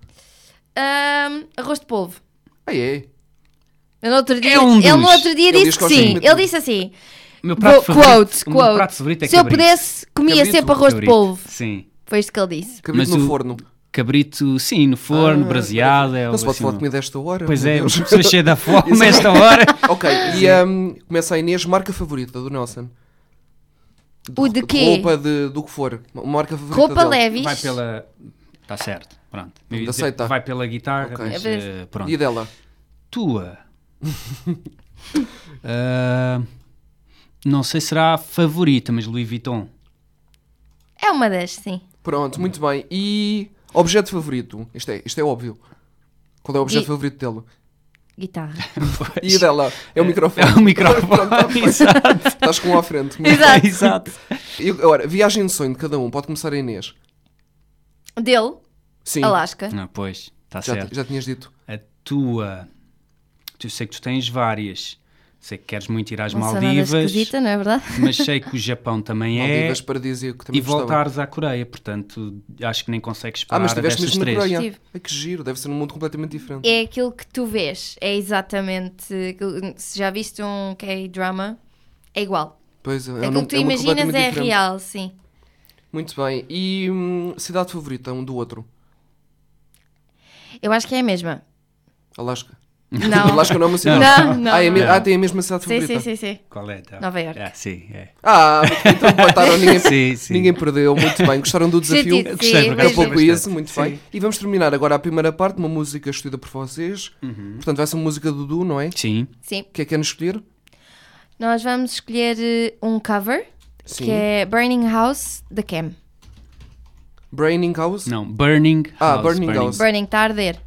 [SPEAKER 2] Ahm, arroz de polvo.
[SPEAKER 3] Ah, é?
[SPEAKER 2] Eu no outro dia,
[SPEAKER 4] É um
[SPEAKER 2] ele no
[SPEAKER 4] dos.
[SPEAKER 2] outro dia
[SPEAKER 3] Ele diz
[SPEAKER 2] disse
[SPEAKER 3] que
[SPEAKER 2] que
[SPEAKER 3] gosta
[SPEAKER 2] sim.
[SPEAKER 3] muito.
[SPEAKER 2] Ele disse assim:
[SPEAKER 4] O meu
[SPEAKER 2] vou,
[SPEAKER 4] prato favorito,
[SPEAKER 2] quote,
[SPEAKER 4] o meu
[SPEAKER 2] quote.
[SPEAKER 4] prato favorito é
[SPEAKER 2] Se eu
[SPEAKER 4] cabrito.
[SPEAKER 2] pudesse, comia
[SPEAKER 4] Cabrito,
[SPEAKER 2] sempre arroz
[SPEAKER 4] cabrito.
[SPEAKER 2] de polvo.
[SPEAKER 4] Sim.
[SPEAKER 2] Foi isto que ele disse.
[SPEAKER 3] Cabrito
[SPEAKER 4] Mas
[SPEAKER 3] no
[SPEAKER 4] o-
[SPEAKER 3] forno.
[SPEAKER 4] Cabrito, sim, no forno, braseado. É
[SPEAKER 3] Ah, Não se
[SPEAKER 4] o-
[SPEAKER 3] pode
[SPEAKER 4] assim,
[SPEAKER 3] falar de
[SPEAKER 4] um-
[SPEAKER 3] comida a esta hora.
[SPEAKER 4] Pois
[SPEAKER 3] meu
[SPEAKER 4] é,
[SPEAKER 3] Deus.
[SPEAKER 4] as pessoas cheias da fome a esta hora.
[SPEAKER 3] Ok, e hum, começa a Inês, marca favorita do Nelson.
[SPEAKER 2] O de quê?
[SPEAKER 3] Roupa de, do que for. Uma marca favorita
[SPEAKER 2] Roupa
[SPEAKER 3] dele.
[SPEAKER 2] levis.
[SPEAKER 4] Vai pela. Está certo, pronto. Eu ia dizer,
[SPEAKER 3] Aceita.
[SPEAKER 4] Vai pela guitarra,
[SPEAKER 3] Ok.
[SPEAKER 4] mas,
[SPEAKER 2] É verdade.
[SPEAKER 4] eh, pronto.
[SPEAKER 3] E dela?
[SPEAKER 4] Tua. Ah, não sei se será a favorita, mas Louis Vuitton.
[SPEAKER 2] É uma das, sim.
[SPEAKER 3] Pronto, muito bem. E objeto favorito? Isto é, isto é óbvio. Qual é o objeto
[SPEAKER 2] E-
[SPEAKER 3] favorito dele?
[SPEAKER 2] Guitarra.
[SPEAKER 3] E a dela? É o
[SPEAKER 4] É
[SPEAKER 3] microfone.
[SPEAKER 4] o microfone. Exato.
[SPEAKER 3] Estás com um à frente.
[SPEAKER 4] É
[SPEAKER 3] Muito
[SPEAKER 2] Exato.
[SPEAKER 4] Exato.
[SPEAKER 3] E agora, viagem de sonho de cada um. Pode começar a Inês.
[SPEAKER 2] Dele,
[SPEAKER 3] Sim.
[SPEAKER 2] Alasca.
[SPEAKER 4] Não, pois, está
[SPEAKER 3] Já,
[SPEAKER 4] certo.
[SPEAKER 3] já tinhas dito.
[SPEAKER 4] A tua. Eu sei que tu tens várias. Sei que queres muito ir às
[SPEAKER 2] Não sou nada
[SPEAKER 4] Maldivas,
[SPEAKER 2] esquisita, não é verdade?
[SPEAKER 4] mas sei que o Japão também é.
[SPEAKER 3] Maldivas, paradisíaco. Também
[SPEAKER 4] E
[SPEAKER 3] gostava.
[SPEAKER 4] voltares à Coreia, portanto, acho que nem
[SPEAKER 3] Ah,
[SPEAKER 4] consegues esperar
[SPEAKER 3] mas estiveste mesmo
[SPEAKER 4] destas
[SPEAKER 3] na
[SPEAKER 4] três.
[SPEAKER 3] Coreia.
[SPEAKER 2] Estive.
[SPEAKER 3] Ai, que giro. Deve ser num mundo completamente diferente.
[SPEAKER 2] É aquilo que tu vês. É exatamente. aquilo- Se já viste um K-drama, é igual.
[SPEAKER 3] Pois é.
[SPEAKER 2] aquilo que
[SPEAKER 3] um-
[SPEAKER 2] tu
[SPEAKER 3] um mundo
[SPEAKER 2] imaginas
[SPEAKER 3] completamente
[SPEAKER 2] é
[SPEAKER 3] diferente.
[SPEAKER 2] real, sim.
[SPEAKER 3] Muito bem. E hum, cidade favorita um do outro?
[SPEAKER 2] Eu acho que é a mesma.
[SPEAKER 3] Alasca.
[SPEAKER 2] Não.
[SPEAKER 3] Alasca não é uma cidade.
[SPEAKER 2] Não, não,
[SPEAKER 3] ah, é me-
[SPEAKER 4] não.
[SPEAKER 3] ah, tem a mesma cidade
[SPEAKER 2] Sim,
[SPEAKER 3] favorita.
[SPEAKER 2] sim, sim, sim.
[SPEAKER 4] Qual é? Tá?
[SPEAKER 2] Nova Iorque.
[SPEAKER 4] Ah, sim, é.
[SPEAKER 3] Ah, muito bem, então empataram. Ninguém,
[SPEAKER 4] Sim, sim.
[SPEAKER 3] ninguém perdeu. Muito bem. Gostaram do desafio?
[SPEAKER 2] Sim,
[SPEAKER 4] gostei, por
[SPEAKER 2] sim, é
[SPEAKER 4] acaso,
[SPEAKER 3] Era
[SPEAKER 2] mas-
[SPEAKER 4] gostei
[SPEAKER 3] pouco
[SPEAKER 4] bastante.
[SPEAKER 3] isso, muito bem. E vamos terminar agora a primeira parte, uma música escolhida por vocês.
[SPEAKER 4] Uhum.
[SPEAKER 3] Portanto, vai ser uma música do Du, não é?
[SPEAKER 4] Sim.
[SPEAKER 2] sim.
[SPEAKER 3] O que é que é nos escolher?
[SPEAKER 2] Nós vamos escolher eh, um cover
[SPEAKER 3] Sim.
[SPEAKER 2] que é Burning House da Cam.
[SPEAKER 3] Braining House?
[SPEAKER 4] Não, Burning House.
[SPEAKER 3] Ah, Burning House.
[SPEAKER 2] Burning está a arder.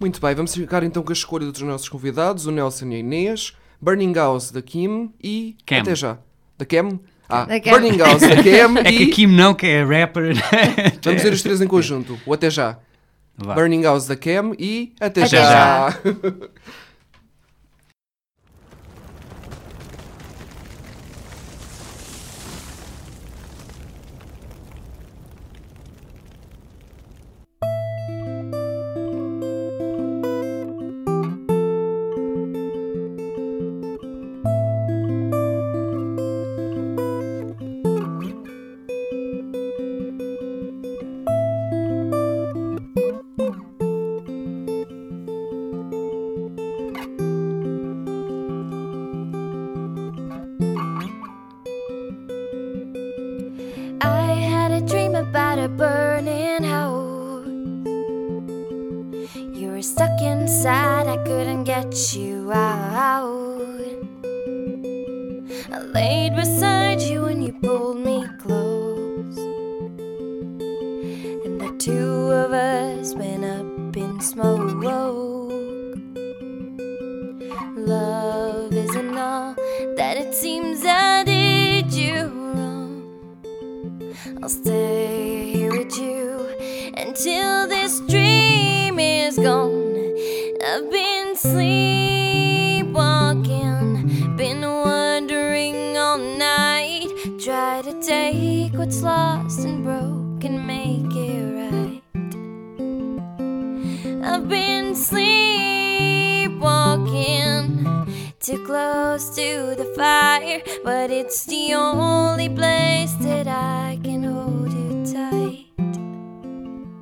[SPEAKER 3] Muito bem, vamos ficar então com a escolha dos nossos convidados, o Nelson e a Inês, Burning House da Kim e.
[SPEAKER 4] Cam.
[SPEAKER 3] Até já. Da Cam? Ah,
[SPEAKER 2] Da Cam.
[SPEAKER 3] Burning House da Cam
[SPEAKER 4] É que
[SPEAKER 3] e.
[SPEAKER 4] a Kim não, que é rapper. né?
[SPEAKER 3] Vamos dizer os três em conjunto. O Até já.
[SPEAKER 4] Vá.
[SPEAKER 3] Burning House da Cam e. Até,
[SPEAKER 2] Até
[SPEAKER 3] já.
[SPEAKER 5] morning hours. You were stuck inside, I couldn't get you out. I laid beside you and you pulled me close. And the two of us went up in smoke. Love isn't all that it seems I did you wrong. I'll stay here with you until this dream is gone. I've been sleepwalking, been wandering all night. Try to take what's lost and broke and make it right. I've been sleepwalking too close to the fire, but it's the only place that I can hold you tight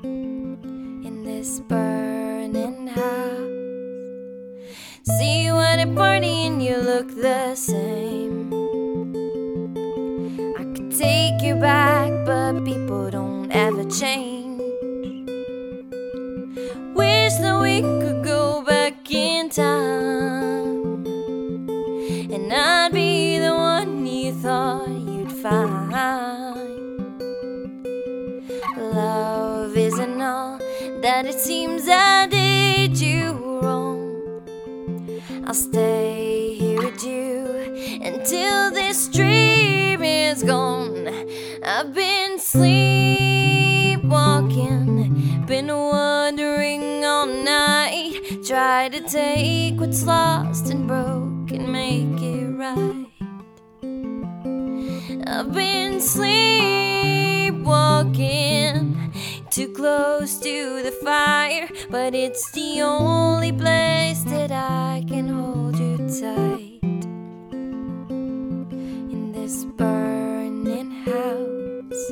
[SPEAKER 5] in this burning house. See you at a party and you look the same. I could take you back, but people don't ever change. Wish that we could go back in time. And I'd be the one you thought you'd find. Love isn't all that it seems I did you wrong. I'll stay here with you until this dream is gone. I've been sleepwalking, been wandering all night. Try to take what's lost and broke and make it right. I've been sleepwalking, too close to the fire, but it's the only place that I can hold you tight in this burning house.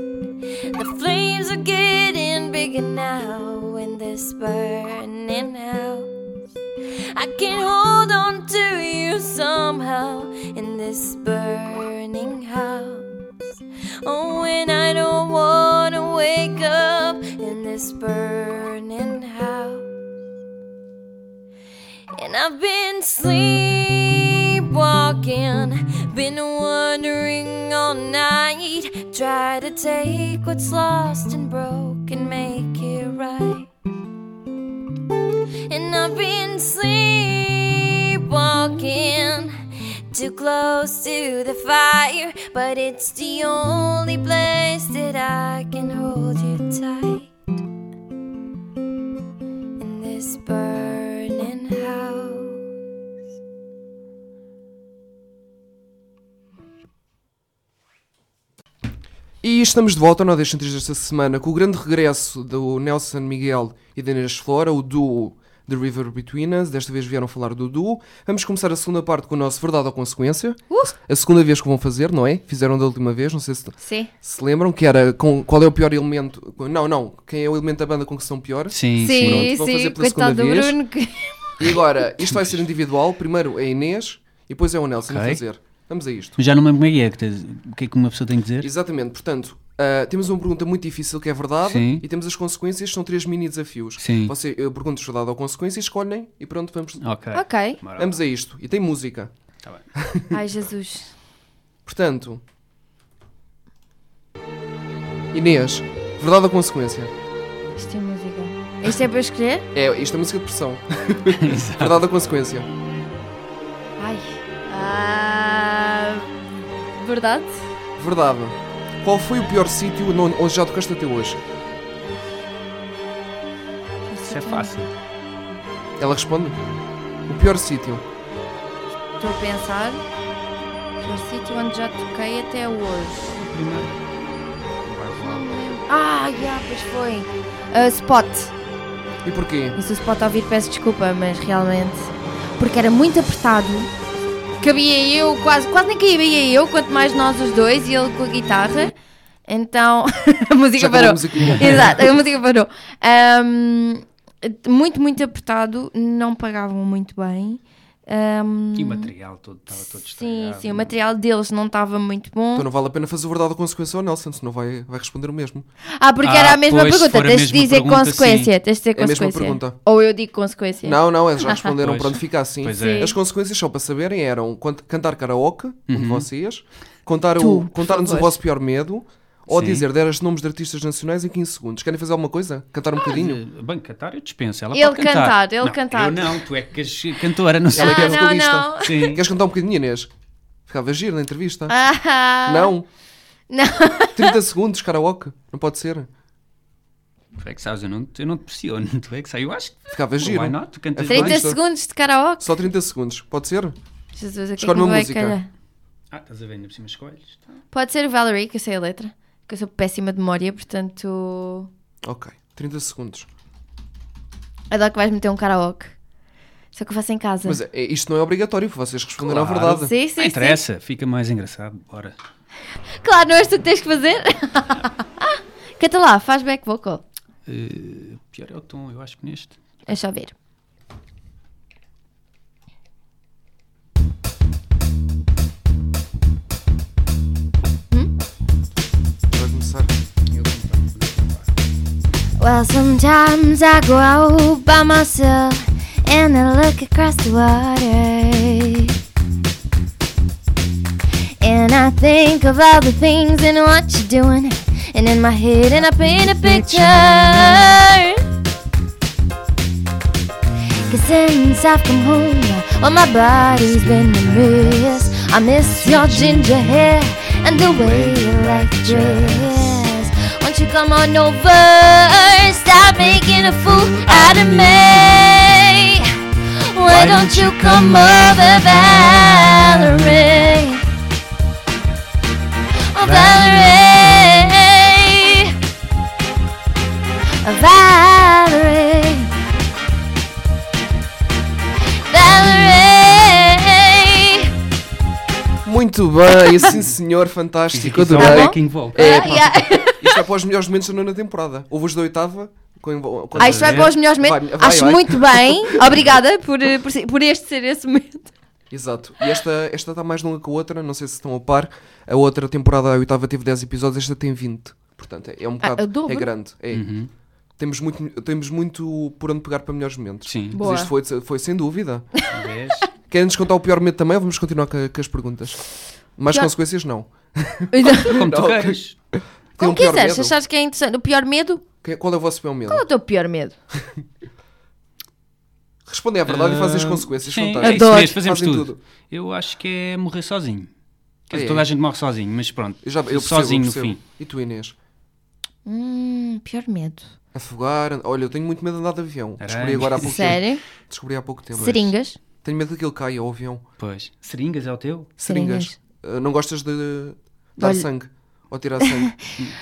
[SPEAKER 5] The flames are getting bigger now in this burning house. I can hold on to you somehow in this burning house. Oh, when I don't wanna wake up in this burning house. And I've been sleepwalking, been wandering all night. Try to take what's lost and broke and make it right. And I've been sleepwalking Too close to the fire But it's the only place that I can hold you tight In this burning house
[SPEAKER 3] E estamos de volta ao Não Deixem Tristes desta semana com o grande regresso do Nelson Miguel e da Inês Flora, o duo The River Between Us. Desta vez vieram falar do duo. Vamos começar a segunda parte com o nosso Verdade ou Consequência. A segunda vez que vão fazer, não é? Fizeram da última vez, não sei se
[SPEAKER 2] Sim.
[SPEAKER 3] se lembram, que era com, qual é o pior elemento. Não, não, quem é o elemento da banda com que são pior.
[SPEAKER 4] Sim,
[SPEAKER 2] Sim,
[SPEAKER 3] Pronto, vou fazer
[SPEAKER 2] sim,
[SPEAKER 3] pela
[SPEAKER 2] coitado do
[SPEAKER 3] segunda vez.
[SPEAKER 2] Bruno. que-
[SPEAKER 3] E agora, isto vai ser individual. Primeiro é a Inês e depois é o Nelson a
[SPEAKER 4] Ok.
[SPEAKER 3] fazer. Vamos a isto.
[SPEAKER 4] Mas já não me lembro como é que é. que tens- O que é que uma pessoa tem que dizer?
[SPEAKER 3] Exatamente, portanto, ah, temos uma pergunta muito difícil que é verdade
[SPEAKER 4] Sim.
[SPEAKER 3] e temos as consequências, são três mini desafios.
[SPEAKER 4] Sim.
[SPEAKER 3] Você, eu pergunto verdade ou consequência, escolhem e pronto, vamos,
[SPEAKER 4] Ok.
[SPEAKER 2] ok.
[SPEAKER 4] Bora lá.
[SPEAKER 3] vamos a isto. E tem música.
[SPEAKER 4] Tá bem.
[SPEAKER 2] Ai, Jesus.
[SPEAKER 3] Portanto, Inês, verdade ou consequência?
[SPEAKER 2] Isto é música. Isto é para eu escolher?
[SPEAKER 3] É, isto é música de pressão. verdade ou consequência?
[SPEAKER 2] Ai. Ah, verdade?
[SPEAKER 3] Verdade. Qual foi o pior sítio no- onde já tocaste até hoje?
[SPEAKER 4] Isso é fácil.
[SPEAKER 3] Ela responde: O pior sítio.
[SPEAKER 2] Estou a pensar. No sítio onde já toquei até hoje. Ah, já, pois foi. Ah, spot.
[SPEAKER 3] E porquê?
[SPEAKER 2] E se o spot ouvir, peço desculpa, mas realmente. Porque era muito apertado. Cabia eu, quase, quase nem cabia eu, quanto mais nós os dois e ele com a guitarra. Então a música
[SPEAKER 3] Já
[SPEAKER 2] parou.
[SPEAKER 3] acabou a musiquinha.
[SPEAKER 2] Exato, a música parou. Ahm, muito, muito apertado, não pagavam muito bem. Ahm,
[SPEAKER 4] E o material todo estava todo
[SPEAKER 2] sim,
[SPEAKER 4] estragado.
[SPEAKER 2] sim, o material deles não estava muito bom.
[SPEAKER 3] Então não vale a pena fazer o verdade ou consequência ao Nelson, senão vai, vai responder o mesmo.
[SPEAKER 2] Ah, porque
[SPEAKER 4] Ah,
[SPEAKER 2] era a mesma
[SPEAKER 4] pois, se
[SPEAKER 2] pergunta.
[SPEAKER 4] for a
[SPEAKER 2] Tens de
[SPEAKER 4] mesma
[SPEAKER 2] dizer
[SPEAKER 4] pergunta,
[SPEAKER 2] consequência. Tens de dizer
[SPEAKER 3] É a mesma
[SPEAKER 2] consequência.
[SPEAKER 3] pergunta.
[SPEAKER 2] Ou eu digo consequência.
[SPEAKER 3] Não, não, eles já responderam,
[SPEAKER 4] Pois.
[SPEAKER 3] pronto, fica assim.
[SPEAKER 4] Pois é. Sim.
[SPEAKER 3] As consequências só para saberem eram cont- cantar karaoke, um de
[SPEAKER 4] Uhum.
[SPEAKER 3] vocês, contar o-
[SPEAKER 2] Tu, por
[SPEAKER 3] contar-nos o
[SPEAKER 2] favor.
[SPEAKER 3] vosso pior medo, ou
[SPEAKER 4] Sim.
[SPEAKER 3] dizer 10 nomes de artistas nacionais em 15 segundos. Querem fazer alguma coisa? Cantar um
[SPEAKER 2] Ah,
[SPEAKER 3] bocadinho?
[SPEAKER 4] Bem, cantar eu dispenso. Ela
[SPEAKER 2] Ele
[SPEAKER 4] pode cantar.
[SPEAKER 2] cantar, ele
[SPEAKER 4] não,
[SPEAKER 2] cantar.
[SPEAKER 4] Eu não, tu é que és cantora, não sei.
[SPEAKER 3] Ela é que é
[SPEAKER 2] Ah, não,
[SPEAKER 3] vocalista.
[SPEAKER 2] não.
[SPEAKER 4] Sim.
[SPEAKER 3] Queres cantar um bocadinho, Inês? Ficava giro na entrevista.
[SPEAKER 2] Ah,
[SPEAKER 3] Não,
[SPEAKER 2] não.
[SPEAKER 3] 30 segundos, karaoke, não pode ser.
[SPEAKER 4] Tu é que sabes, eu não, eu não te pressiono. Tu é que sabes, eu acho que...
[SPEAKER 3] Ficava Tá giro.
[SPEAKER 4] Why not? Tu cantas
[SPEAKER 2] 30
[SPEAKER 3] Trinta-
[SPEAKER 4] bem.
[SPEAKER 3] Isto-
[SPEAKER 2] segundos de karaoke.
[SPEAKER 3] Só 30 segundos, pode ser?
[SPEAKER 2] Jesus, o que é que
[SPEAKER 3] Escolhe
[SPEAKER 2] me
[SPEAKER 3] uma
[SPEAKER 2] vai
[SPEAKER 3] música.
[SPEAKER 2] calhar?
[SPEAKER 4] Ah, estás a ver, ainda por cima escolhes. Tá.
[SPEAKER 2] Pode ser o Valerie, que eu sei a letra. Que eu sou péssima de memória, portanto.
[SPEAKER 3] Ok, 30 segundos.
[SPEAKER 2] Adoro que vais meter um karaoke. Só que eu faço em casa.
[SPEAKER 3] Mas é- Ah, então é- isto não é obrigatório, vocês responderam
[SPEAKER 4] Claro.
[SPEAKER 3] à verdade.
[SPEAKER 2] Sim, sim,
[SPEAKER 4] não
[SPEAKER 2] sim.
[SPEAKER 4] interessa, fica mais engraçado. Bora.
[SPEAKER 3] é.
[SPEAKER 2] Claro, não és tu que tens que fazer. Canta lá, faz back vocal.
[SPEAKER 4] Eh, pior é o tom, eu acho que neste.
[SPEAKER 2] Deixa eu ver.
[SPEAKER 3] Vai começar.
[SPEAKER 5] Well, sometimes I go out by myself and I look across the water. And I think of all the things and what you're doing. And in my head, and I paint a picture. Cause since I've come home, well, my body's been a mess. I miss your ginger hair and the way you like to dress. Won't you come on over? Stop making a fool out of me. Why don't you come over, Valerie? Oh, Valerie. Oh, Valerie. Valerie.
[SPEAKER 3] Muito bem, sim senhor, fantástico,
[SPEAKER 4] Isso é um
[SPEAKER 3] adorei.
[SPEAKER 4] backing vocal.
[SPEAKER 3] É, pá,
[SPEAKER 2] Yeah.
[SPEAKER 3] Isto é para os melhores momentos da nona temporada. Houve os da oitava. Com, com
[SPEAKER 2] Ah, isto vai
[SPEAKER 4] É.
[SPEAKER 2] para os melhores
[SPEAKER 3] Vai,
[SPEAKER 2] momentos.
[SPEAKER 3] vai,
[SPEAKER 2] Acho
[SPEAKER 3] vai.
[SPEAKER 2] muito bem. Obrigada por, eh, por, ser- por este ser esse momento.
[SPEAKER 3] Exato. E esta, esta está mais longa que a outra, não sei se estão a par. A outra temporada, a oitava, teve 10 episódios, esta tem 20. Portanto, é, é um bocado.
[SPEAKER 2] o Ah, dobro?
[SPEAKER 3] é grande. É.
[SPEAKER 4] Uhum.
[SPEAKER 3] Temos, muito, temos muito por onde pegar para melhores momentos.
[SPEAKER 4] Sim,
[SPEAKER 2] Boa.
[SPEAKER 3] Mas isto foi, foi sem dúvida.
[SPEAKER 4] talvez.
[SPEAKER 3] Querem-nos contar o pior medo também ou vamos continuar com, com as perguntas? Mais
[SPEAKER 2] Pior-
[SPEAKER 3] consequências, não.
[SPEAKER 4] Como tu
[SPEAKER 3] Não.
[SPEAKER 4] queres.
[SPEAKER 3] Tem
[SPEAKER 2] Como
[SPEAKER 3] um pior
[SPEAKER 2] quiseres, se
[SPEAKER 3] medo?
[SPEAKER 2] achares Então, que é interessante. O pior medo?
[SPEAKER 3] Que- Qual é o vosso pior medo?
[SPEAKER 2] Qual é o teu pior medo?
[SPEAKER 3] Respondem à verdade e fazem as
[SPEAKER 4] Ah,
[SPEAKER 3] consequências.
[SPEAKER 4] Sim,
[SPEAKER 3] fantásticas.
[SPEAKER 4] é isso
[SPEAKER 2] Adoro.
[SPEAKER 4] mesmo, fazemos
[SPEAKER 3] Fazem
[SPEAKER 4] tudo.
[SPEAKER 3] tudo.
[SPEAKER 4] Eu acho que é morrer sozinho. Quer dizer,
[SPEAKER 3] É.
[SPEAKER 4] toda a gente morre sozinho, mas pronto.
[SPEAKER 3] Eu já- eu percebo,
[SPEAKER 4] sozinho
[SPEAKER 3] eu percebo.
[SPEAKER 4] no fim.
[SPEAKER 3] E tu, Inês?
[SPEAKER 2] Hum, pior medo.
[SPEAKER 3] Afogar. and- Olha, eu tenho muito medo de andar de avião. Descobri
[SPEAKER 4] Aranha.
[SPEAKER 3] agora há pouco tempo.
[SPEAKER 2] Sério?
[SPEAKER 3] Descobri há pouco tempo. é.
[SPEAKER 2] Seringas?
[SPEAKER 3] Tenho medo que ele caia ao avião.
[SPEAKER 4] Pois. Seringas é o teu?
[SPEAKER 3] Seringas.
[SPEAKER 2] Seringas.
[SPEAKER 3] Ah, não gostas de dar
[SPEAKER 2] Olha-
[SPEAKER 3] sangue? Ou tirar sangue?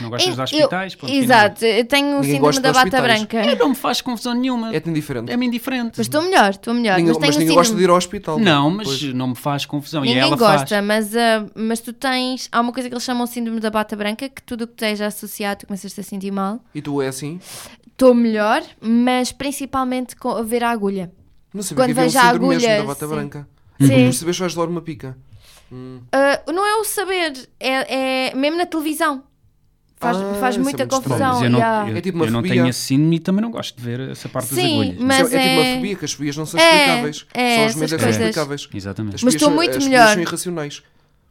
[SPEAKER 4] Não gostas de
[SPEAKER 2] É, Eu-
[SPEAKER 4] hospitais? Ponto final.
[SPEAKER 2] Exato, eu tenho o
[SPEAKER 3] Ninguém
[SPEAKER 2] síndrome
[SPEAKER 3] gosta
[SPEAKER 2] da
[SPEAKER 3] de
[SPEAKER 2] bata
[SPEAKER 3] hospitais.
[SPEAKER 2] branca.
[SPEAKER 4] Eu É, não me faz confusão nenhuma.
[SPEAKER 3] É-te indiferente.
[SPEAKER 4] É-me indiferente.
[SPEAKER 2] Mas estou melhor, estou melhor.
[SPEAKER 3] É Ninguém-
[SPEAKER 2] É, mas tenho
[SPEAKER 3] mas
[SPEAKER 2] o
[SPEAKER 3] ninguém
[SPEAKER 2] síndrome.
[SPEAKER 3] gosta de ir ao hospital.
[SPEAKER 4] Não, mas
[SPEAKER 3] Pois.
[SPEAKER 4] não me faz confusão. e
[SPEAKER 2] Ninguém
[SPEAKER 4] ela
[SPEAKER 2] gosta,
[SPEAKER 4] faz.
[SPEAKER 2] mas, ah, mas tu tens. Há uma coisa que eles chamam síndrome da bata branca, que tudo o que esteja associado, tu começas a sentir mal.
[SPEAKER 3] E tu é assim?
[SPEAKER 2] Estou melhor, mas principalmente com a ver a agulha.
[SPEAKER 3] Não sabia
[SPEAKER 2] Quando
[SPEAKER 3] que havia um
[SPEAKER 2] vejo a
[SPEAKER 3] síndrome mesmo
[SPEAKER 2] agulha,
[SPEAKER 3] da bata
[SPEAKER 2] sim.
[SPEAKER 3] branca.
[SPEAKER 2] Sim.
[SPEAKER 3] Percebes que vais levar uma pica.
[SPEAKER 2] Ah, não é o saber, é, é mesmo na televisão. Faz,
[SPEAKER 3] Ah,
[SPEAKER 2] faz
[SPEAKER 3] isso é
[SPEAKER 2] muita
[SPEAKER 3] muito
[SPEAKER 4] Bom, mas
[SPEAKER 2] confusão.
[SPEAKER 4] eu não,
[SPEAKER 2] yeah.
[SPEAKER 4] eu,
[SPEAKER 3] É tipo uma
[SPEAKER 4] eu não
[SPEAKER 3] fobia.
[SPEAKER 4] tenho esse síndrome e também não gosto de ver essa parte das
[SPEAKER 2] Sim,
[SPEAKER 4] agulhas.
[SPEAKER 2] mas-
[SPEAKER 3] Isso é, é tipo
[SPEAKER 2] é-
[SPEAKER 3] uma fobia, que as fobias não são
[SPEAKER 2] é,
[SPEAKER 3] explicáveis.
[SPEAKER 2] é,
[SPEAKER 3] Só os
[SPEAKER 2] essas
[SPEAKER 3] medos é que são
[SPEAKER 4] coisas.
[SPEAKER 3] explicáveis. As
[SPEAKER 4] Exatamente.
[SPEAKER 2] Mas
[SPEAKER 3] fobias
[SPEAKER 2] estou
[SPEAKER 3] são-
[SPEAKER 2] muito
[SPEAKER 3] as fobias
[SPEAKER 2] melhor.
[SPEAKER 3] são irracionais.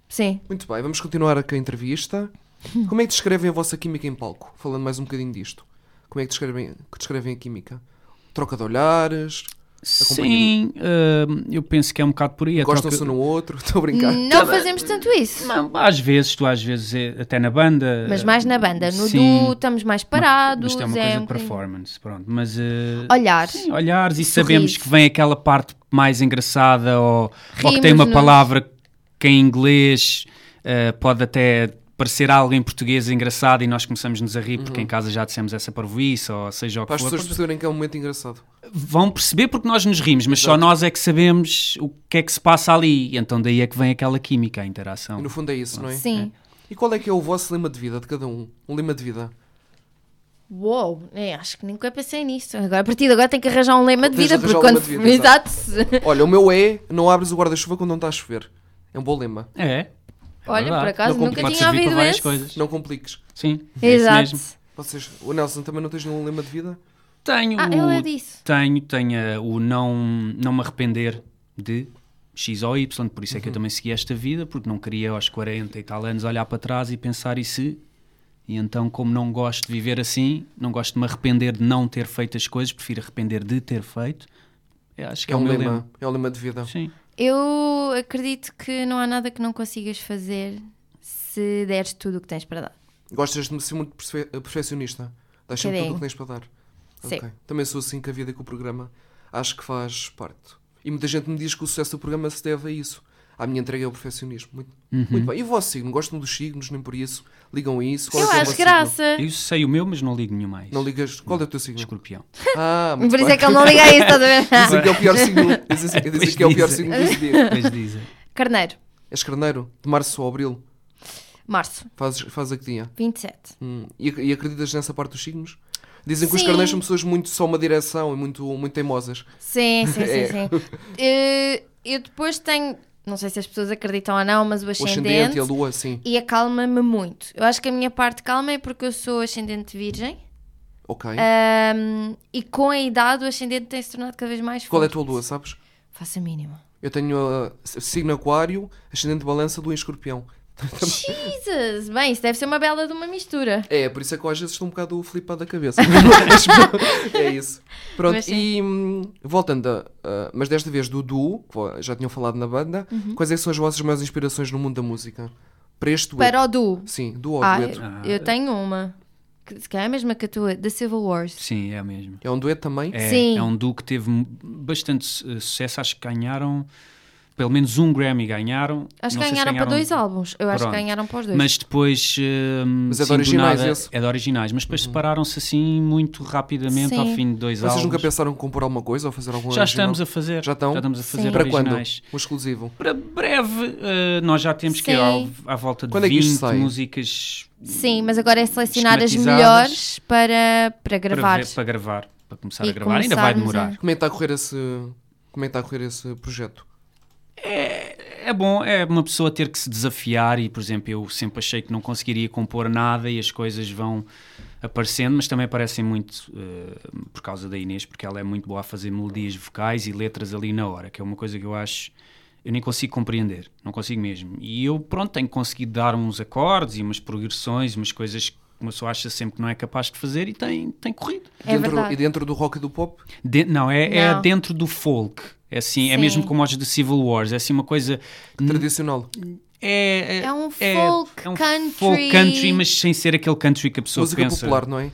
[SPEAKER 2] Sim.
[SPEAKER 3] Muito bem, vamos continuar com a entrevista. Como é que descrevem a vossa química em palco? Falando mais um bocadinho disto. Como é que descrevem, que descrevem a química? Troca de olhares?
[SPEAKER 4] Sim, hum, eu penso que é um bocado por aí. A
[SPEAKER 3] Gostam-se
[SPEAKER 4] troca-
[SPEAKER 3] um no outro? Estou a brincar.
[SPEAKER 4] Tá
[SPEAKER 2] Não fazemos tanto isso.
[SPEAKER 4] Não, às vezes, tu às vezes é- até na banda.
[SPEAKER 2] Mas mais na banda. No
[SPEAKER 4] Ah, sim.
[SPEAKER 2] duo estamos mais parados.
[SPEAKER 4] Mas isto é uma
[SPEAKER 2] é
[SPEAKER 4] coisa
[SPEAKER 2] um
[SPEAKER 4] de
[SPEAKER 2] bocadinho-
[SPEAKER 4] performance, pronto. Mas, eh,
[SPEAKER 2] Olhares.
[SPEAKER 4] sim, olhares e
[SPEAKER 2] Sorriso.
[SPEAKER 4] sabemos que vem aquela parte mais engraçada ou, ou que tem uma
[SPEAKER 2] Rimos-nos.
[SPEAKER 4] palavra que em inglês eh, pode até parecer algo em português engraçado e nós começamos-nos a rir porque em casa já dissemos essa parvoíce ou seja o
[SPEAKER 3] Para
[SPEAKER 4] que
[SPEAKER 3] as
[SPEAKER 4] for.
[SPEAKER 3] pessoas perceberem que é um momento engraçado.
[SPEAKER 4] Vão perceber porque nós nos rimos, mas só nós é que sabemos o que é que se passa ali. E Então daí é que vem aquela química, a interação.
[SPEAKER 3] E
[SPEAKER 4] né?
[SPEAKER 3] no fundo é isso, não é?
[SPEAKER 2] Sim.
[SPEAKER 3] E qual é que é o vosso lema de vida de cada um? Um lema de vida?
[SPEAKER 2] Uou, nem- acho que nunca pensei nisso. Agora, a partir de agora tenho que arranjar um lema de
[SPEAKER 3] Tens de
[SPEAKER 2] vida, porque
[SPEAKER 3] arranjar um
[SPEAKER 2] quando.
[SPEAKER 3] lema de vida, exato.
[SPEAKER 2] Exato. se-
[SPEAKER 3] Olha, o meu é não abres o guarda-chuva quando não está a chover. É um bom lema.
[SPEAKER 4] É.
[SPEAKER 2] Olha, por
[SPEAKER 4] verdade.
[SPEAKER 2] acaso
[SPEAKER 3] Não
[SPEAKER 2] nunca
[SPEAKER 4] Pode
[SPEAKER 2] tinha
[SPEAKER 4] servir para
[SPEAKER 2] ouvido
[SPEAKER 4] várias
[SPEAKER 2] esse.
[SPEAKER 4] coisas.
[SPEAKER 3] Não compliques.
[SPEAKER 4] Sim. é isso
[SPEAKER 2] Exato.
[SPEAKER 4] mesmo.
[SPEAKER 3] Vocês, o Nelson também não tens nenhum lema de vida?
[SPEAKER 4] Tenho
[SPEAKER 2] Ah,
[SPEAKER 4] o,
[SPEAKER 2] ele é disso.
[SPEAKER 4] Tenho, tenho eh, o não, não me arrepender de X ou Y, por isso é que eu também segui esta vida, porque não queria aos 40 e tal anos olhar para trás e pensar e se. E então, como não gosto de viver assim, não gosto de me arrepender de não ter feito as coisas, prefiro arrepender de ter feito. Eu acho
[SPEAKER 3] É,
[SPEAKER 4] que é, o
[SPEAKER 3] um
[SPEAKER 4] meu
[SPEAKER 3] lema.
[SPEAKER 4] lema.
[SPEAKER 3] É um lema de vida.
[SPEAKER 4] Sim.
[SPEAKER 2] Eu acredito que não há nada que não consigas fazer se deres tudo o que tens para dar.
[SPEAKER 3] Gostas de ser muito perfe- eh, perfeccionista. Dás sempre
[SPEAKER 2] Bocadinho.
[SPEAKER 3] tudo o que tens para dar.
[SPEAKER 2] Sim.
[SPEAKER 3] Ok. Também sou assim com a vida e com o programa. Acho que faz parte. E muita gente me diz que o sucesso do programa se deve a isso. À minha entrega ao perfeccionismo. Muito, muito bem. E o vosso signo? Gostam dos signos, nem por isso. Ligam a isso. Qual
[SPEAKER 2] eu
[SPEAKER 3] é que é o
[SPEAKER 2] acho
[SPEAKER 3] vosso signo?
[SPEAKER 2] graça.
[SPEAKER 4] Eu sei o meu, mas não ligo nenhum mais.
[SPEAKER 3] Não ligas. Qual é o teu signo?
[SPEAKER 4] Escorpião.
[SPEAKER 3] Ah, muito
[SPEAKER 2] Por isso
[SPEAKER 3] bem.
[SPEAKER 2] é que ele não liga a isso, estás a ver?
[SPEAKER 3] Dizem que é o pior signo. Dizem, dizem
[SPEAKER 4] Pois
[SPEAKER 3] que é o pior
[SPEAKER 4] dizem.
[SPEAKER 3] signo do dia.
[SPEAKER 4] Depois dizem.
[SPEAKER 2] Carneiro,
[SPEAKER 3] És carneiro? De março ou abril?
[SPEAKER 2] março,
[SPEAKER 3] Fazes, fazes a que dia?
[SPEAKER 2] 27.
[SPEAKER 3] Hum, E, ac- e acreditas nessa parte dos signos? Dizem que os
[SPEAKER 2] Sim.
[SPEAKER 3] carneiros são pessoas muito só uma direção e muito, muito teimosas.
[SPEAKER 2] Sim, sim, sim,
[SPEAKER 3] É.
[SPEAKER 2] sim. Eh, eu depois tenho, não sei se as pessoas acreditam ou não, mas o
[SPEAKER 3] O
[SPEAKER 2] ascendente,
[SPEAKER 3] ascendente e a lua, sim.
[SPEAKER 2] e acalma-me muito. Eu acho que a minha parte calma é porque eu sou ascendente virgem
[SPEAKER 3] Ok.
[SPEAKER 2] Ah, ahm, e com a idade o ascendente tem se tornado cada vez mais forte.
[SPEAKER 3] Qual é a tua lua, sabes?
[SPEAKER 2] Faça a mínima.
[SPEAKER 3] Eu tenho ah, s- signo aquário, ascendente balança, lua em escorpião.
[SPEAKER 2] Jesus! Bem, isso deve ser uma bela de uma mistura.
[SPEAKER 3] É, por isso é que eu às vezes estou um bocado flipado da cabeça. Mas, é isso. Pronto,
[SPEAKER 2] Mas sim.
[SPEAKER 3] e hum, voltando, a, ah, mas desta vez do duo, que vo- já tinham falado na banda,
[SPEAKER 2] Uhum.
[SPEAKER 3] quais é que são as vossas maiores inspirações no mundo da música? Para este dueto.
[SPEAKER 2] Para o duo.
[SPEAKER 3] Sim, duo ou
[SPEAKER 2] Ah,
[SPEAKER 3] dueto.
[SPEAKER 2] eu, eu tenho uma. Que, se calhar é a mesma que a tua, da Civil Wars.
[SPEAKER 4] Sim, é mesmo.
[SPEAKER 3] É um dueto também?
[SPEAKER 4] É,
[SPEAKER 2] Sim.
[SPEAKER 4] é um duo que teve mu- bastante su- eh, sucesso. Acho que ganharam pelo menos um Grammy. Ganharam.
[SPEAKER 2] Acho
[SPEAKER 4] Não
[SPEAKER 2] que
[SPEAKER 4] sei se
[SPEAKER 2] ganharam para dois álbuns. Eu acho que
[SPEAKER 4] Pronto.
[SPEAKER 2] ganharam para os dois.
[SPEAKER 4] Mas depois. hum,
[SPEAKER 3] Mas é de
[SPEAKER 4] sim, do
[SPEAKER 3] originais
[SPEAKER 4] nada,
[SPEAKER 3] esse? Uhum.
[SPEAKER 4] É de originais. Mas depois separaram-se assim muito rapidamente
[SPEAKER 2] Sim.
[SPEAKER 4] ao fim de dois
[SPEAKER 3] Vocês
[SPEAKER 4] álbuns.
[SPEAKER 3] nunca pensaram em compor alguma coisa ou fazer alguma
[SPEAKER 4] Já estamos a fazer.
[SPEAKER 3] Já estão?
[SPEAKER 4] estamos a fazer
[SPEAKER 2] Sim.
[SPEAKER 3] Para quando?
[SPEAKER 4] originais.
[SPEAKER 3] Um exclusivo.
[SPEAKER 4] Para breve, uh, nós já temos que ir
[SPEAKER 2] Sim.
[SPEAKER 4] ao- à volta de
[SPEAKER 3] Quando é que isto
[SPEAKER 4] 20
[SPEAKER 3] sai?
[SPEAKER 4] músicas
[SPEAKER 2] Sim, mas agora é selecionar as
[SPEAKER 4] Esquematizadas.
[SPEAKER 2] melhores para, para gravar.
[SPEAKER 4] para, ver- para gravar, para começar
[SPEAKER 2] E
[SPEAKER 4] a gravar. Ainda vai
[SPEAKER 2] começarmos a-
[SPEAKER 4] demorar.
[SPEAKER 3] Como é que está a correr esse, como é que está a correr esse projeto?
[SPEAKER 4] É bom, é uma pessoa ter que se desafiar e, por exemplo, eu sempre achei que não conseguiria compor nada e as coisas vão aparecendo, mas também aparecem muito eh, por causa da Inês, porque ela é muito boa a fazer melodias vocais e letras ali na hora, que é uma coisa que eu acho eu nem consigo compreender, não consigo mesmo. E eu, pronto, tenho conseguido dar uns acordes e umas progressões, umas coisas que uma pessoa acha sempre que não é capaz de fazer e tem, tem corrido.
[SPEAKER 2] É
[SPEAKER 3] dentro,
[SPEAKER 2] verdade.
[SPEAKER 3] E dentro do rock e do pop?
[SPEAKER 4] De- não, é, é
[SPEAKER 2] Não.
[SPEAKER 4] dentro do folk. É assim, é
[SPEAKER 2] Sim.
[SPEAKER 4] mesmo como os de Civil Wars, é assim uma coisa
[SPEAKER 3] Tradicional.
[SPEAKER 4] é,
[SPEAKER 2] É um folk
[SPEAKER 4] é um
[SPEAKER 2] country.
[SPEAKER 4] folk country, mas sem ser aquele country que a pessoa
[SPEAKER 3] Música
[SPEAKER 4] pensa.
[SPEAKER 3] popular, não é?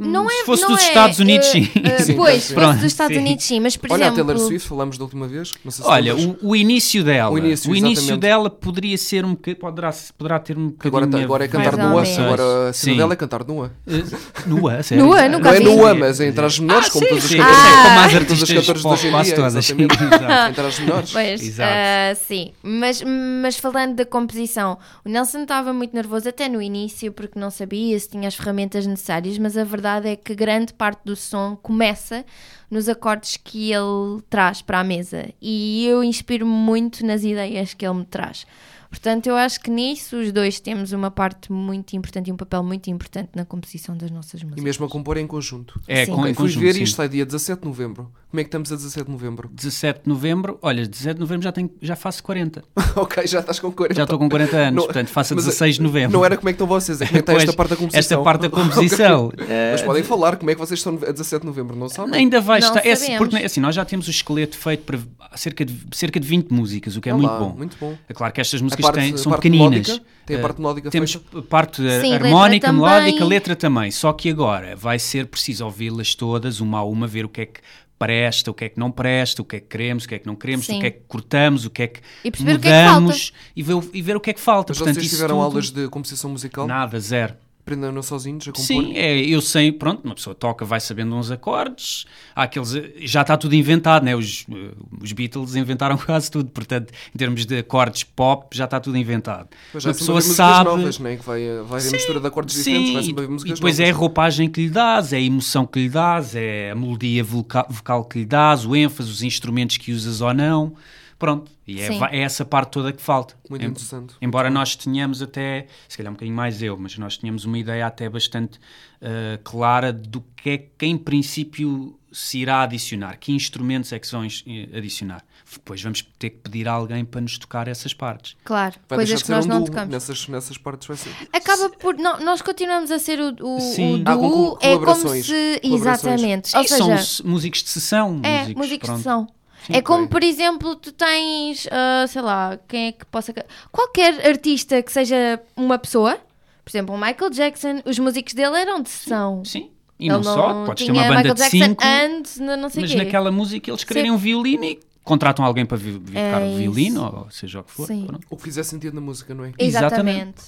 [SPEAKER 2] Não
[SPEAKER 4] Se
[SPEAKER 2] é,
[SPEAKER 4] fosse
[SPEAKER 2] não
[SPEAKER 4] dos
[SPEAKER 2] é,
[SPEAKER 4] Estados Unidos,
[SPEAKER 2] eh,
[SPEAKER 4] sim.
[SPEAKER 2] eh,
[SPEAKER 3] Sim,
[SPEAKER 2] pois,
[SPEAKER 3] sim.
[SPEAKER 2] se
[SPEAKER 4] Pronto,
[SPEAKER 2] fosse dos Estados
[SPEAKER 4] sim.
[SPEAKER 2] Unidos, sim. Mas, por
[SPEAKER 3] Olha
[SPEAKER 2] exemplo,
[SPEAKER 3] a Taylor Swift, falámos da última vez. Não sei se
[SPEAKER 4] Olha, um
[SPEAKER 3] lembras.
[SPEAKER 4] o, o início dela,
[SPEAKER 3] O
[SPEAKER 4] o
[SPEAKER 3] início,
[SPEAKER 4] início,
[SPEAKER 3] exatamente.
[SPEAKER 4] dela poderia ser um bocadinho, poderá, poderá ter um bocadinho
[SPEAKER 3] agora, tá- agora é cantar
[SPEAKER 2] Mais ou
[SPEAKER 3] nua,
[SPEAKER 2] menos.
[SPEAKER 3] agora a cena
[SPEAKER 4] Sim.
[SPEAKER 3] dela é cantar nua.
[SPEAKER 4] Eh, nua, a sério.
[SPEAKER 2] Nua,
[SPEAKER 3] Não
[SPEAKER 2] nunca
[SPEAKER 3] é
[SPEAKER 2] vi.
[SPEAKER 3] nua, mas é entre as menores, como todas as
[SPEAKER 4] Ah, sim,
[SPEAKER 3] cantoras.
[SPEAKER 4] sim, como as
[SPEAKER 3] todas as
[SPEAKER 4] artistas
[SPEAKER 3] cantoras de hoje em
[SPEAKER 4] pop, quase
[SPEAKER 3] dia,
[SPEAKER 4] todas. sim,
[SPEAKER 3] exatamente.
[SPEAKER 4] exato.
[SPEAKER 3] Entre as menores.
[SPEAKER 2] Pois,
[SPEAKER 4] Exato.
[SPEAKER 2] ah, sim, mas, mas falando da composição, o Nelson estava muito nervoso até no início porque não sabia se tinha as ferramentas necessárias, mas a verdade é que grande parte do som começa nos acordes que ele traz para a mesa e eu inspiro-me muito nas ideias que ele me traz. Portanto, eu acho que nisso os dois temos uma parte muito importante e um papel muito importante na composição das nossas
[SPEAKER 3] E
[SPEAKER 2] músicas.
[SPEAKER 3] mesmo a compor em conjunto.
[SPEAKER 4] É,
[SPEAKER 2] Sim.
[SPEAKER 4] com,
[SPEAKER 3] Ok,
[SPEAKER 4] em
[SPEAKER 3] fui
[SPEAKER 4] conjunto,
[SPEAKER 3] ver
[SPEAKER 4] sim.
[SPEAKER 3] isto sai dia 17 de novembro. Como é que estamos a 17 de novembro?
[SPEAKER 4] 17 de novembro, olha, 17 de novembro já, tenho, já faço 40.
[SPEAKER 3] ok, já estás com 40.
[SPEAKER 4] Já estou com 40 anos,
[SPEAKER 3] Não-
[SPEAKER 4] portanto faço a
[SPEAKER 3] mas, eh,
[SPEAKER 4] 16 de novembro.
[SPEAKER 3] Não era como é que estão vocês, é como é que está
[SPEAKER 4] Pois,
[SPEAKER 3] esta parte da composição.
[SPEAKER 4] Esta parte da composição. Eh,
[SPEAKER 3] Mas podem falar como é que vocês estão a 17 de novembro, não sabem?
[SPEAKER 4] Ainda vai
[SPEAKER 2] Não
[SPEAKER 4] estar. é assim,
[SPEAKER 2] sabemos.
[SPEAKER 4] porque, assim, nós já temos o esqueleto feito para cerca de, cerca de 20 músicas, o que é
[SPEAKER 3] Olá,
[SPEAKER 4] muito bom.
[SPEAKER 3] Ah, muito bom.
[SPEAKER 4] É claro que estas
[SPEAKER 3] A
[SPEAKER 4] músicas
[SPEAKER 3] parte-
[SPEAKER 4] têm-
[SPEAKER 3] a
[SPEAKER 4] são
[SPEAKER 3] parte
[SPEAKER 4] pequeninas.
[SPEAKER 3] melódica? Tem a
[SPEAKER 4] Eh,
[SPEAKER 3] parte melódica
[SPEAKER 4] Temos a parte eh,
[SPEAKER 2] Sim, letra
[SPEAKER 4] harmónica,
[SPEAKER 2] também.
[SPEAKER 4] melódica, letra também. Só que agora vai ser preciso ouvi-las todas, uma a uma, ver o que é que presta, o que é que não presta, o que é que queremos, o que é que não queremos,
[SPEAKER 2] Sim.
[SPEAKER 4] o que é que cortamos, o que é que
[SPEAKER 2] E perceber o que é que
[SPEAKER 4] mudamos e, ver, o- e ver o que é que falta.
[SPEAKER 3] Mas
[SPEAKER 4] Portanto,
[SPEAKER 3] vocês
[SPEAKER 4] isso
[SPEAKER 3] tiveram
[SPEAKER 4] tudo-
[SPEAKER 3] aulas de composição musical?
[SPEAKER 4] Nada, zero.
[SPEAKER 3] Aprenderam sozinhos a compor?
[SPEAKER 4] Sim, é, eu sei, pronto, uma pessoa toca, vai sabendo uns acordes, há aqueles, eh, já está tudo inventado, né? os, eh, os Beatles inventaram quase tudo, portanto, em termos de acordes pop, já está tudo inventado.
[SPEAKER 3] Pois
[SPEAKER 4] uma
[SPEAKER 3] há sempre
[SPEAKER 4] pessoa
[SPEAKER 3] haver músicas
[SPEAKER 4] sabe...
[SPEAKER 3] novas, né? que vai, vai haver mistura de acordes diferentes,
[SPEAKER 4] Sim,
[SPEAKER 3] vai
[SPEAKER 4] e,
[SPEAKER 3] sempre haver
[SPEAKER 4] e
[SPEAKER 3] músicas
[SPEAKER 4] depois é a
[SPEAKER 3] novas.
[SPEAKER 4] roupagem que lhe dás, é a emoção que lhe dás, é a melodia voca- vocal que lhe dás, o ênfase, os instrumentos que usas ou não. Pronto, e é,
[SPEAKER 2] Sim.
[SPEAKER 4] va- é essa parte toda que falta. É
[SPEAKER 3] Muito
[SPEAKER 4] Em-
[SPEAKER 3] interessante.
[SPEAKER 4] Tipo, Embora nós tenhamos até, se calhar um bocadinho mais eu, mas nós tínhamos uma ideia até bastante eh, clara do que é que em princípio se irá adicionar, que instrumentos é que se vão ins- eh, adicionar. Depois vamos ter que pedir a alguém para nos tocar essas partes.
[SPEAKER 2] Claro,
[SPEAKER 3] Vai deixar
[SPEAKER 2] coisas
[SPEAKER 3] de
[SPEAKER 2] que
[SPEAKER 3] ser
[SPEAKER 2] nós
[SPEAKER 3] um
[SPEAKER 2] não
[SPEAKER 3] duo.
[SPEAKER 2] tocamos.
[SPEAKER 3] Nessas, nessas partes vai ser.
[SPEAKER 2] Acaba por. não, nós continuamos a ser o, o, o
[SPEAKER 4] Sim.
[SPEAKER 2] duo.
[SPEAKER 4] Ah,
[SPEAKER 3] com co-
[SPEAKER 2] é como
[SPEAKER 3] colaborações.
[SPEAKER 2] se.
[SPEAKER 3] Colaborações.
[SPEAKER 2] Exatamente. Ou
[SPEAKER 4] Sim, são
[SPEAKER 2] seja,
[SPEAKER 4] s- músicos de sessão.
[SPEAKER 2] é
[SPEAKER 4] músicos,
[SPEAKER 2] músicos
[SPEAKER 4] pronto.
[SPEAKER 2] de sessão.
[SPEAKER 4] Sim,
[SPEAKER 2] é como,
[SPEAKER 3] ok.
[SPEAKER 2] por exemplo, tu tens, ah, sei lá, quem é que possa. ca- Qualquer artista que seja uma pessoa, por exemplo, o Michael Jackson, os músicos dele eram de sessão.
[SPEAKER 4] Sim, e
[SPEAKER 2] Ele
[SPEAKER 4] não, só, podes ter uma
[SPEAKER 2] tinha Michael
[SPEAKER 4] banda de
[SPEAKER 2] Jackson
[SPEAKER 4] cinco,
[SPEAKER 2] and n- não sei
[SPEAKER 4] mas
[SPEAKER 2] quê.
[SPEAKER 4] naquela música eles querem um violino e contratam alguém para vi- vi-
[SPEAKER 2] É
[SPEAKER 4] tocar o
[SPEAKER 2] isso.
[SPEAKER 4] violino, ou seja o que for.
[SPEAKER 2] Sim.
[SPEAKER 4] pronto.
[SPEAKER 3] O que fizer sentido na música, não é?
[SPEAKER 2] Exatamente.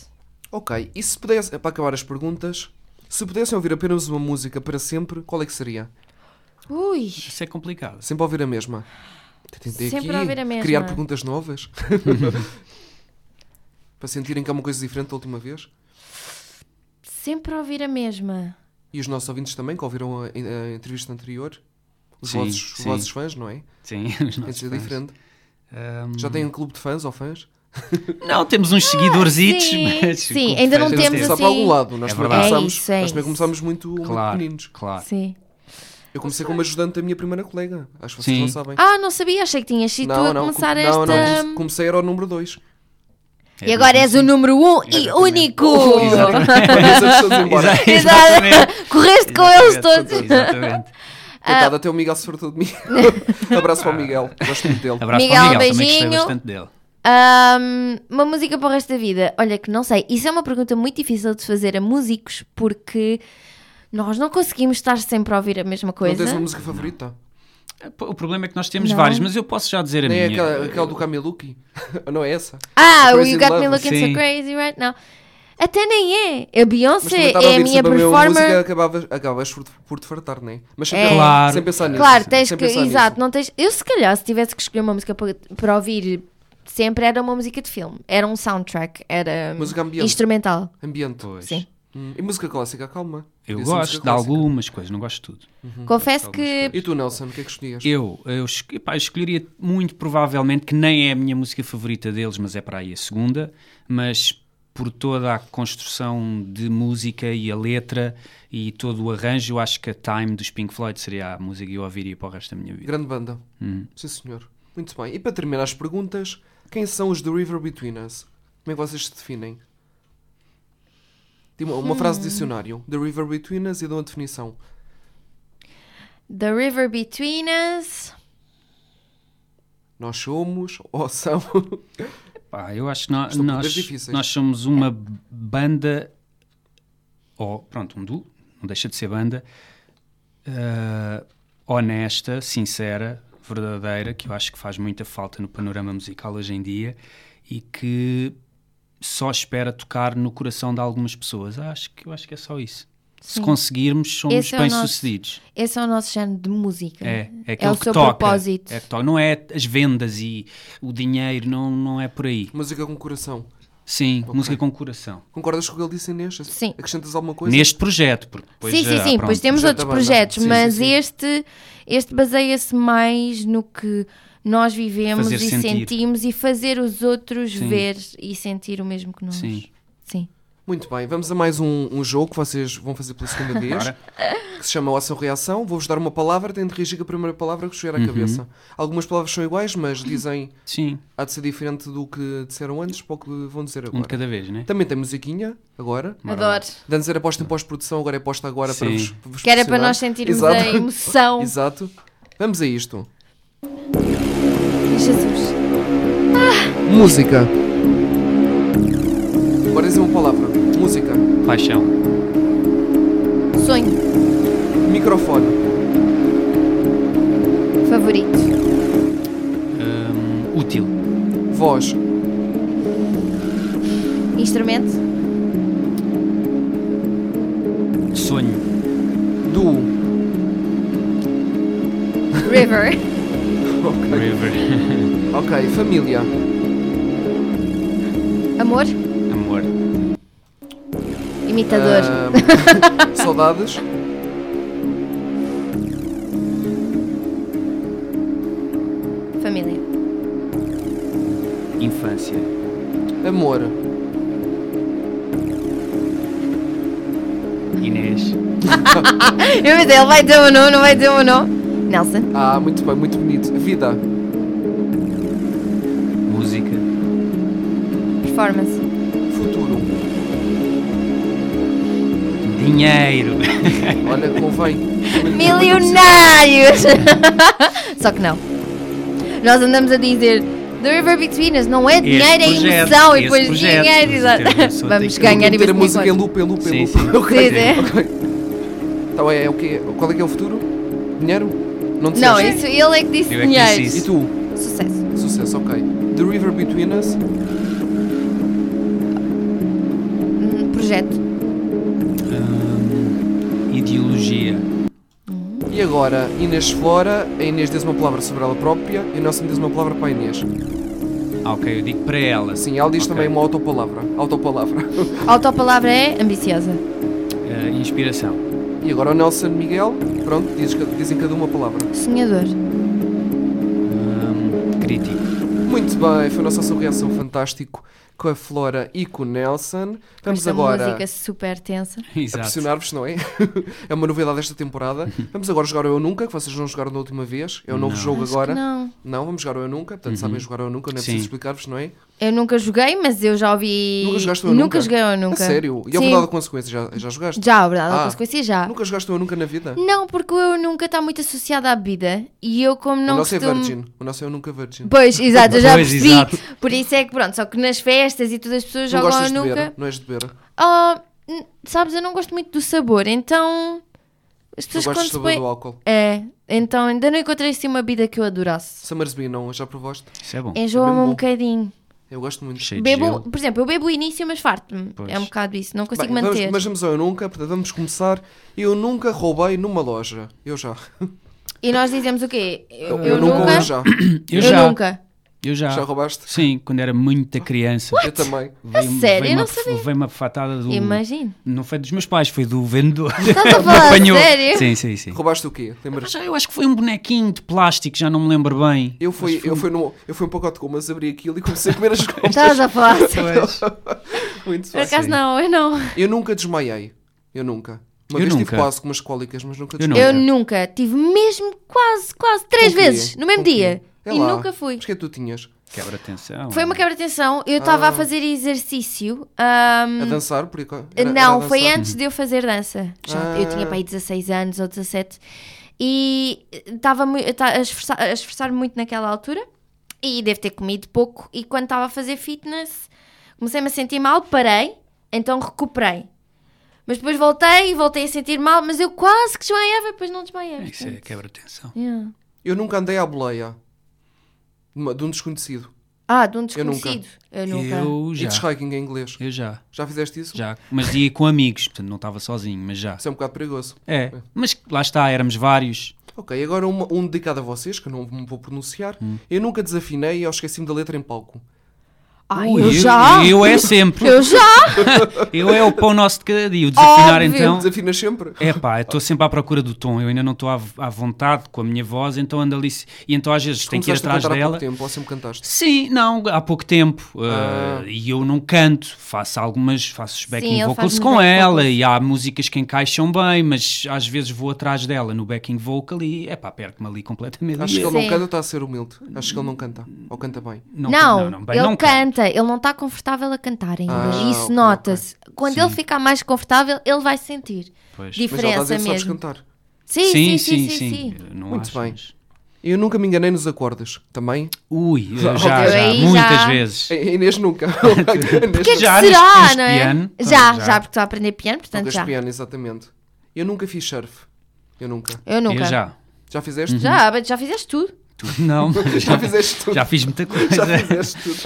[SPEAKER 3] Ok, e se pudesse, é para acabar as perguntas, se pudessem ouvir apenas uma música para sempre, qual é que seria?
[SPEAKER 2] Ui.
[SPEAKER 4] Isso é complicado.
[SPEAKER 3] Sempre ouvir a mesma. Tentei
[SPEAKER 2] Sempre
[SPEAKER 3] aqui
[SPEAKER 2] ouvir a mesma.
[SPEAKER 3] Criar perguntas novas. para sentirem que há uma coisa diferente da última vez.
[SPEAKER 2] Sempre ouvir a mesma.
[SPEAKER 3] E os nossos ouvintes também, que ouviram a, a entrevista anterior. Os,
[SPEAKER 4] Sim,
[SPEAKER 3] vossos, os
[SPEAKER 4] sim.
[SPEAKER 3] vossos fãs, não é?
[SPEAKER 4] Sim, os
[SPEAKER 3] Tem de
[SPEAKER 4] nossos
[SPEAKER 3] ser
[SPEAKER 4] fãs.
[SPEAKER 3] diferente.
[SPEAKER 4] Ahm,
[SPEAKER 3] Já têm um clube de fãs ou fãs?
[SPEAKER 4] Não, temos uns seguidorzitos,
[SPEAKER 2] Ah, sim.
[SPEAKER 4] mas...
[SPEAKER 2] Sim,
[SPEAKER 4] como
[SPEAKER 2] ainda não
[SPEAKER 4] fez-
[SPEAKER 2] temos
[SPEAKER 3] Só
[SPEAKER 2] assim-
[SPEAKER 3] para algum lado. Nós
[SPEAKER 4] É
[SPEAKER 3] também
[SPEAKER 4] verdade.
[SPEAKER 2] É
[SPEAKER 3] começámos,
[SPEAKER 2] isso, é
[SPEAKER 3] nós também
[SPEAKER 2] isso.
[SPEAKER 3] começámos muito,
[SPEAKER 4] Claro,
[SPEAKER 3] muito pequeninos.
[SPEAKER 4] claro.
[SPEAKER 2] Sim.
[SPEAKER 3] Eu comecei como ajudante da minha primeira colega. Acho que vocês
[SPEAKER 4] Sim.
[SPEAKER 3] não sabem.
[SPEAKER 2] Ah, não sabia, achei que tinhas sido tu a
[SPEAKER 3] com-
[SPEAKER 2] começar
[SPEAKER 3] não,
[SPEAKER 2] esta.
[SPEAKER 3] não, comecei era o número 2.
[SPEAKER 4] É
[SPEAKER 2] E agora és o
[SPEAKER 4] difícil.
[SPEAKER 2] número um e único!
[SPEAKER 3] Exatamente.
[SPEAKER 4] Exatamente.
[SPEAKER 2] Exato. Correste com eles todos!
[SPEAKER 4] É, Exatamente.
[SPEAKER 2] Ah.
[SPEAKER 3] Coitado, até o Miguel se fartou de mim. Abraço para o Miguel. Gosto muito dele.
[SPEAKER 4] Ah. Abraço
[SPEAKER 2] Miguel,
[SPEAKER 4] para o Miguel, também gostei
[SPEAKER 2] beijinho.
[SPEAKER 4] bastante dele.
[SPEAKER 2] Ahm, uma música para o resto da vida. Olha, que não sei. Isso é uma pergunta muito difícil de fazer a músicos porque nós não conseguimos estar sempre a ouvir a mesma
[SPEAKER 3] Não
[SPEAKER 2] coisa.
[SPEAKER 3] tens uma música favorita?
[SPEAKER 4] O problema é que nós temos
[SPEAKER 2] Não.
[SPEAKER 4] vários, mas eu posso já dizer a
[SPEAKER 3] Nem é
[SPEAKER 4] minha.
[SPEAKER 3] aquela, aquela do Kamiluki? não é essa?
[SPEAKER 2] Ah,
[SPEAKER 3] A
[SPEAKER 2] o
[SPEAKER 3] Crazy
[SPEAKER 2] You Got
[SPEAKER 3] Love,
[SPEAKER 2] Me Looking
[SPEAKER 4] sim.
[SPEAKER 2] So Crazy Right Now. Até nem é. A Beyoncé
[SPEAKER 3] estava
[SPEAKER 2] é a minha
[SPEAKER 3] sempre mesma música,
[SPEAKER 2] performer.
[SPEAKER 3] acabavas, acabas por, por te fartar, não é? Mas sem,
[SPEAKER 2] É.
[SPEAKER 3] pensar-
[SPEAKER 4] Claro.
[SPEAKER 3] sem pensar nisso.
[SPEAKER 2] Claro, tens
[SPEAKER 3] sem
[SPEAKER 2] que.
[SPEAKER 3] pensar nisso.
[SPEAKER 2] Exato, não tens. Eu, se calhar, se tivesse que escolher uma música para, para ouvir sempre, era uma música de filme. Era um soundtrack. Era hum,
[SPEAKER 3] Música ambiente.
[SPEAKER 2] instrumental.
[SPEAKER 4] Uhum,
[SPEAKER 3] Ambiente.
[SPEAKER 4] Pois.
[SPEAKER 2] Sim.
[SPEAKER 3] Hum, E música clássica, calma. Podia ser
[SPEAKER 4] Eu gosto
[SPEAKER 3] música
[SPEAKER 4] de
[SPEAKER 3] clássica.
[SPEAKER 4] algumas coisas, não gosto de tudo.
[SPEAKER 2] Confesso que
[SPEAKER 3] E tu, Nelson, o que é que escolhias?
[SPEAKER 4] Eu, eu, es- epá, eu escolheria muito provavelmente, que nem é a minha música favorita deles, mas é para aí a segunda, mas por toda a construção de música e a letra e todo o arranjo, eu acho que a Time dos Pink Floyd seria a música que eu ouviria para o resto da minha vida.
[SPEAKER 3] Grande banda. Sim, senhor. Muito bem. E para terminar as perguntas, quem são os The River Between Us? Como é que vocês se definem? Tem Uma, uma frase de dicionário. The River Between Us e dão a definição.
[SPEAKER 2] The River Between Us.
[SPEAKER 3] Nós somos ou são.
[SPEAKER 4] Pá, eu acho que nó-
[SPEAKER 3] Isto são perguntas
[SPEAKER 4] nós,
[SPEAKER 3] difíceis.
[SPEAKER 4] nós somos uma banda, ou pronto, um duo, não deixa de ser banda, ah, honesta, sincera, verdadeira, que eu acho que faz muita falta no panorama musical hoje em dia e que só espera tocar no coração de algumas pessoas. Acho que, eu acho que é só isso. Se
[SPEAKER 2] Sim.
[SPEAKER 4] conseguirmos, somos
[SPEAKER 2] Esse é o nosso-
[SPEAKER 4] bem-sucedidos.
[SPEAKER 2] Esse é o nosso género de música.
[SPEAKER 4] É, é,
[SPEAKER 2] é
[SPEAKER 4] aquele
[SPEAKER 2] o
[SPEAKER 4] que
[SPEAKER 2] seu
[SPEAKER 4] toca,
[SPEAKER 2] propósito.
[SPEAKER 4] é que toca. Não é as vendas e o dinheiro, não, não é por aí.
[SPEAKER 3] Música com coração.
[SPEAKER 4] Sim, música com coração.
[SPEAKER 3] Concordas com o que ele disse, Inês?
[SPEAKER 2] Sim.
[SPEAKER 3] Acrescentas alguma coisa?
[SPEAKER 4] Neste projeto. Porque depois,
[SPEAKER 2] sim, sim,
[SPEAKER 4] ah,
[SPEAKER 2] sim.
[SPEAKER 4] pronto,
[SPEAKER 2] Pois temos
[SPEAKER 3] projeto da
[SPEAKER 2] outros
[SPEAKER 3] banda.
[SPEAKER 2] projetos,
[SPEAKER 3] Sim,
[SPEAKER 2] mas
[SPEAKER 3] sim, sim.
[SPEAKER 2] este, este baseia-se mais no que nós vivemos
[SPEAKER 4] Fazer
[SPEAKER 2] e
[SPEAKER 4] sentir.
[SPEAKER 2] sentimos e fazer os outros
[SPEAKER 4] Sim.
[SPEAKER 2] ver e sentir o mesmo que nós.
[SPEAKER 4] Sim.
[SPEAKER 2] Sim.
[SPEAKER 3] Muito bem, vamos a mais um, um jogo que vocês vão fazer pela segunda vez,
[SPEAKER 4] Bora.
[SPEAKER 3] que se chama Ação Reação. Vou-vos dar uma palavra, têm de reagir com a primeira palavra que vos chegar à cabeça. Algumas palavras são iguais, mas dizem
[SPEAKER 4] Sim,
[SPEAKER 3] há de ser diferente do que disseram antes para o que vão dizer
[SPEAKER 4] um de
[SPEAKER 3] agora.
[SPEAKER 4] cada vez, né?
[SPEAKER 3] Também tem musiquinha agora.
[SPEAKER 2] Adoro.
[SPEAKER 3] De Antes era posta em pós-produção, agora é posta agora para
[SPEAKER 4] Sim.
[SPEAKER 3] vos, vos
[SPEAKER 2] Que era para
[SPEAKER 3] pressionar.
[SPEAKER 2] nós sentirmos
[SPEAKER 3] Exato.
[SPEAKER 2] a emoção.
[SPEAKER 3] Exato. Vamos a isto.
[SPEAKER 2] Jesus.
[SPEAKER 3] Música. Agora dizem uma palavra. Música.
[SPEAKER 4] Paixão,
[SPEAKER 2] Sonho.
[SPEAKER 3] Microfone.
[SPEAKER 2] Favorito.
[SPEAKER 4] hum, útil,
[SPEAKER 3] Voz.
[SPEAKER 2] Instrumento.
[SPEAKER 4] sonho.
[SPEAKER 3] Do.
[SPEAKER 2] River.
[SPEAKER 3] Ok.
[SPEAKER 4] River.
[SPEAKER 3] Ok, família.
[SPEAKER 2] Amor.
[SPEAKER 4] Amor.
[SPEAKER 2] Imitador.
[SPEAKER 3] Ah. Ahm, saudades.
[SPEAKER 2] Família.
[SPEAKER 4] Infância.
[SPEAKER 3] Amor.
[SPEAKER 4] Inês.
[SPEAKER 2] Eu me dei, ele vai dizer o não, não vai dizer o não. Nelson.
[SPEAKER 3] Ah, muito bem, muito bonito. Vida.
[SPEAKER 4] Música.
[SPEAKER 2] Performance.
[SPEAKER 3] Futuro.
[SPEAKER 4] Dinheiro.
[SPEAKER 3] Olha, convém.
[SPEAKER 2] Milionários! Só que não. Nós andamos a dizer The River Between Us não é dinheiro,
[SPEAKER 4] Este
[SPEAKER 2] é emoção e
[SPEAKER 4] projeto, esse
[SPEAKER 2] depois
[SPEAKER 4] projeto,
[SPEAKER 2] dinheiro.
[SPEAKER 4] esse
[SPEAKER 2] exato.
[SPEAKER 4] projeto, só
[SPEAKER 2] Vamos
[SPEAKER 4] tem que
[SPEAKER 2] ganhar e
[SPEAKER 3] Ter a
[SPEAKER 2] depois
[SPEAKER 3] música em
[SPEAKER 2] dinheiro.
[SPEAKER 3] loop, em loop, em
[SPEAKER 4] Sim,
[SPEAKER 3] loop.
[SPEAKER 4] sim.
[SPEAKER 3] Ok.
[SPEAKER 2] Sim, sim.
[SPEAKER 3] Ok. Então é o quê? Qual é que é o futuro? Dinheiro? Não te
[SPEAKER 2] Não, isso, ele é que disse
[SPEAKER 4] Eu é que
[SPEAKER 2] dinheiro.
[SPEAKER 4] disse
[SPEAKER 3] E tu?
[SPEAKER 2] Sucesso.
[SPEAKER 3] Sucesso, ok. The River Between Us.
[SPEAKER 2] Hum, projeto.
[SPEAKER 4] Hum, ideologia.
[SPEAKER 3] E agora, Inês Flora. A Inês diz uma palavra sobre ela própria e o Nelson diz uma palavra para a Inês.
[SPEAKER 4] Ah, ok, eu digo para ela.
[SPEAKER 3] Sim, ela diz
[SPEAKER 4] Ok.
[SPEAKER 3] também uma autopalavra. Autopalavra.
[SPEAKER 2] A autopalavra é ambiciosa.
[SPEAKER 4] Ah, inspiração.
[SPEAKER 3] E agora o Nelson Miguel. Pronto, diz, dizem cada uma palavra.
[SPEAKER 2] Sonhador.
[SPEAKER 4] Hum, crítico.
[SPEAKER 3] Muito bem, foi o nosso Ação Reação Fantástico com a Flora e com o Nelson. Vamos
[SPEAKER 2] Esta
[SPEAKER 3] agora
[SPEAKER 2] música super tensa.
[SPEAKER 3] a
[SPEAKER 4] Exato.
[SPEAKER 3] pressionar-vos, não é? é uma novidade desta temporada. Vamos agora jogar o Eu Nunca, que vocês não jogaram da última vez. É o novo
[SPEAKER 4] Não. Uhum.
[SPEAKER 3] jogo
[SPEAKER 2] Acho
[SPEAKER 3] agora.
[SPEAKER 2] que não.
[SPEAKER 3] vamos jogar o Eu Nunca. Portanto, sabem jogar o Eu Nunca, não é
[SPEAKER 4] Sim.
[SPEAKER 3] preciso explicar-vos, não é?
[SPEAKER 2] Eu nunca joguei, mas eu já ouvi.
[SPEAKER 3] Nunca jogaste o Eu
[SPEAKER 2] nunca
[SPEAKER 3] Nunca?
[SPEAKER 2] joguei ou nunca.
[SPEAKER 3] A sério? E ao
[SPEAKER 2] Sim.
[SPEAKER 3] verdade ou consequência, já, já jogaste?
[SPEAKER 2] Já, a verdade,
[SPEAKER 3] Ah.
[SPEAKER 2] a consequência já.
[SPEAKER 3] Nunca jogaste o Eu Nunca na vida?
[SPEAKER 2] Não, porque eu nunca está muito associada à bebida. E eu, como não
[SPEAKER 3] o nosso é
[SPEAKER 2] costumo.
[SPEAKER 3] Virgin. O nosso é Eu Nunca Virgin.
[SPEAKER 2] Pois, exato, eu já
[SPEAKER 4] Pois,
[SPEAKER 2] percebi.
[SPEAKER 4] exato.
[SPEAKER 2] Por isso é que, pronto, só que nas festas e todas as pessoas
[SPEAKER 3] não
[SPEAKER 2] jogam
[SPEAKER 3] gostas
[SPEAKER 2] ou
[SPEAKER 3] de beber,
[SPEAKER 2] nunca.
[SPEAKER 3] não és de beber.
[SPEAKER 2] Ah, n- sabes, eu não gosto muito do sabor, então. As
[SPEAKER 3] Tu
[SPEAKER 2] pessoas
[SPEAKER 3] gostas
[SPEAKER 2] quando se
[SPEAKER 3] de sabor
[SPEAKER 2] põem.
[SPEAKER 3] do álcool.
[SPEAKER 2] É, então ainda não encontrei assim uma bebida que eu adorasse.
[SPEAKER 3] Summersby, não, já provaste?
[SPEAKER 4] Isso é bom.
[SPEAKER 2] Enjoa-me
[SPEAKER 3] bom.
[SPEAKER 2] um bocadinho.
[SPEAKER 3] Eu gosto muito.
[SPEAKER 4] Cheio de
[SPEAKER 2] Bebo,
[SPEAKER 4] gelo.
[SPEAKER 2] por exemplo, eu bebo o início, mas farto-me.
[SPEAKER 4] Pois.
[SPEAKER 2] É um bocado isso, não consigo
[SPEAKER 3] Bem, vamos-
[SPEAKER 2] manter.
[SPEAKER 3] mas vamos ao Eu Nunca, portanto, vamos começar. Eu nunca roubei numa loja. Eu já.
[SPEAKER 2] E nós dizemos o quê? Eu, eu
[SPEAKER 3] ou
[SPEAKER 2] nunca.
[SPEAKER 3] já.
[SPEAKER 2] eu
[SPEAKER 4] Eu, já.
[SPEAKER 2] nunca.
[SPEAKER 4] Eu já.
[SPEAKER 3] Já roubaste?
[SPEAKER 4] Sim, quando era muita criança.
[SPEAKER 3] Eu também.
[SPEAKER 4] Veio-
[SPEAKER 2] sério?
[SPEAKER 4] veio
[SPEAKER 2] Eu não
[SPEAKER 4] uma-
[SPEAKER 2] sabia.
[SPEAKER 4] Veio uma fatada um
[SPEAKER 3] Hum.
[SPEAKER 4] do.
[SPEAKER 2] Imagino.
[SPEAKER 4] Não foi dos meus pais, foi do vendedor.
[SPEAKER 2] Estás a falar a
[SPEAKER 4] Apanhou.
[SPEAKER 2] sério?
[SPEAKER 4] Sim, sim, sim.
[SPEAKER 3] Roubaste o quê? Lembras?
[SPEAKER 4] Já, eu acho que foi um bonequinho de plástico, já não me lembro bem.
[SPEAKER 3] Eu fui, eu, fui no, eu fui um pacote de gomas, abri aquilo e comecei a comer as gomas.
[SPEAKER 2] Estás a falar. a sério?
[SPEAKER 3] Muito
[SPEAKER 2] Por
[SPEAKER 3] bem.
[SPEAKER 2] acaso não, eu não.
[SPEAKER 3] Eu nunca desmaiei. Eu nunca. Uma
[SPEAKER 4] Eu
[SPEAKER 3] vez tive
[SPEAKER 4] nunca.
[SPEAKER 3] quase com umas cólicas, mas nunca
[SPEAKER 4] Eu
[SPEAKER 3] desmaiei.
[SPEAKER 2] Eu nunca tive mesmo quase, quase três
[SPEAKER 3] Com quê?
[SPEAKER 2] vezes no mesmo
[SPEAKER 3] Com quê?
[SPEAKER 2] dia.
[SPEAKER 3] É
[SPEAKER 2] e
[SPEAKER 3] lá.
[SPEAKER 2] nunca fui.
[SPEAKER 3] Mas o que é que tu tinhas?
[SPEAKER 4] Quebra atenção.
[SPEAKER 2] Foi uma quebra de tensão. Eu
[SPEAKER 3] Ah.
[SPEAKER 2] estava a fazer exercício. ahm,
[SPEAKER 3] A dançar? Por aí co- era- era
[SPEAKER 2] Hum, não,
[SPEAKER 3] a
[SPEAKER 2] foi
[SPEAKER 3] dançar?
[SPEAKER 2] antes de eu fazer dança. Já-
[SPEAKER 3] Ah.
[SPEAKER 2] Eu tinha para aí 16 anos ou 17. E estava mui- ta- a esforçar- a esforçar-me muito naquela altura. E devo ter comido pouco. E quando estava a fazer fitness, comecei-me a sentir mal, parei. Então recuperei. Mas depois voltei e voltei a sentir mal. Mas eu quase que desmaiava, depois não desmaiava.
[SPEAKER 4] Isso é quebra atenção.
[SPEAKER 2] Yeah.
[SPEAKER 3] Eu nunca andei à boleia. De uma- de um desconhecido.
[SPEAKER 2] Ah, de um
[SPEAKER 3] Eu nunca.
[SPEAKER 2] desconhecido. Eu nunca.
[SPEAKER 4] Eu já.
[SPEAKER 3] It's hiking em inglês.
[SPEAKER 4] Eu já.
[SPEAKER 3] Já fizeste isso?
[SPEAKER 4] Já. Mas ia com amigos, portanto não estava sozinho, mas já.
[SPEAKER 3] Isso é um bocado perigoso.
[SPEAKER 4] É. Mas lá está, éramos vários.
[SPEAKER 3] Ok, agora uma- um dedicado a vocês, que eu não me vou pronunciar.
[SPEAKER 4] Hum.
[SPEAKER 3] Eu nunca desafinei e eu esqueci-me da letra em palco.
[SPEAKER 2] Ai,
[SPEAKER 4] Ui,
[SPEAKER 2] eu, já!
[SPEAKER 4] Eu é sempre.
[SPEAKER 2] Eu já!
[SPEAKER 4] Eu é o pão nosso de cada dia. O desafinar
[SPEAKER 2] Óbvio.
[SPEAKER 4] então.
[SPEAKER 3] Desafinas sempre?
[SPEAKER 4] É pá, eu estou sempre à procura do tom, eu ainda não estou à, à vontade com a minha voz, então ando ali. se- E então às vezes tenho que ir
[SPEAKER 3] Começaste a
[SPEAKER 4] atrás
[SPEAKER 3] cantar há
[SPEAKER 4] dela.
[SPEAKER 3] pouco tempo, ou sempre cantaste?
[SPEAKER 4] Sim, não, há pouco tempo. uh,
[SPEAKER 3] Ah.
[SPEAKER 4] E eu não canto, faço algumas, faço os backing
[SPEAKER 2] ele
[SPEAKER 4] vocals
[SPEAKER 2] faz
[SPEAKER 4] com
[SPEAKER 2] backing
[SPEAKER 4] ela
[SPEAKER 2] vocals.
[SPEAKER 4] e há músicas que encaixam bem, mas às vezes vou atrás dela no backing vocal e é pá, perco-me ali completamente.
[SPEAKER 3] Acho que ele
[SPEAKER 2] Sim.
[SPEAKER 3] não canta, está a ser humilde. Acho que ele não canta. Ou canta bem.
[SPEAKER 2] Não,
[SPEAKER 4] bem,
[SPEAKER 2] ele
[SPEAKER 4] não canto.
[SPEAKER 2] canta, ele não está confortável a cantar ainda.
[SPEAKER 3] Ah,
[SPEAKER 2] Isso
[SPEAKER 3] ok,
[SPEAKER 2] nota-se. Quando ele ficar mais confortável, ele vai sentir
[SPEAKER 3] Mas
[SPEAKER 4] Pois.
[SPEAKER 3] já estás a
[SPEAKER 2] diferença
[SPEAKER 3] dizer que sabes
[SPEAKER 2] mesmo.
[SPEAKER 3] cantar.
[SPEAKER 2] Sim sim sim, sim, sim,
[SPEAKER 4] Eu Eh, Não
[SPEAKER 3] Muito
[SPEAKER 4] acho,
[SPEAKER 3] bem.
[SPEAKER 4] mas-
[SPEAKER 3] Eu nunca me enganei nos acordes. Também?
[SPEAKER 4] Ui, eu já,
[SPEAKER 3] Ok.
[SPEAKER 4] já,
[SPEAKER 2] Eu aí
[SPEAKER 4] muitas
[SPEAKER 2] já.
[SPEAKER 4] vezes.
[SPEAKER 3] A Inês nunca. A Inês
[SPEAKER 2] O que é que será,
[SPEAKER 4] Já neste- neste
[SPEAKER 2] não é?
[SPEAKER 4] piano?
[SPEAKER 2] já,
[SPEAKER 4] Ah, já.
[SPEAKER 2] já, porque estou a aprender piano, portanto
[SPEAKER 3] Tocas
[SPEAKER 2] já.
[SPEAKER 3] piano, exatamente. Eu nunca fiz surf. Eu nunca.
[SPEAKER 2] Eu nunca.
[SPEAKER 4] Eu
[SPEAKER 2] já.
[SPEAKER 4] já.
[SPEAKER 3] Já fizeste?
[SPEAKER 2] mas já fizeste tudo.
[SPEAKER 4] Tu não, mas
[SPEAKER 3] Já fizeste tudo.
[SPEAKER 4] já fiz muita coisa.
[SPEAKER 3] Já fizeste tudo.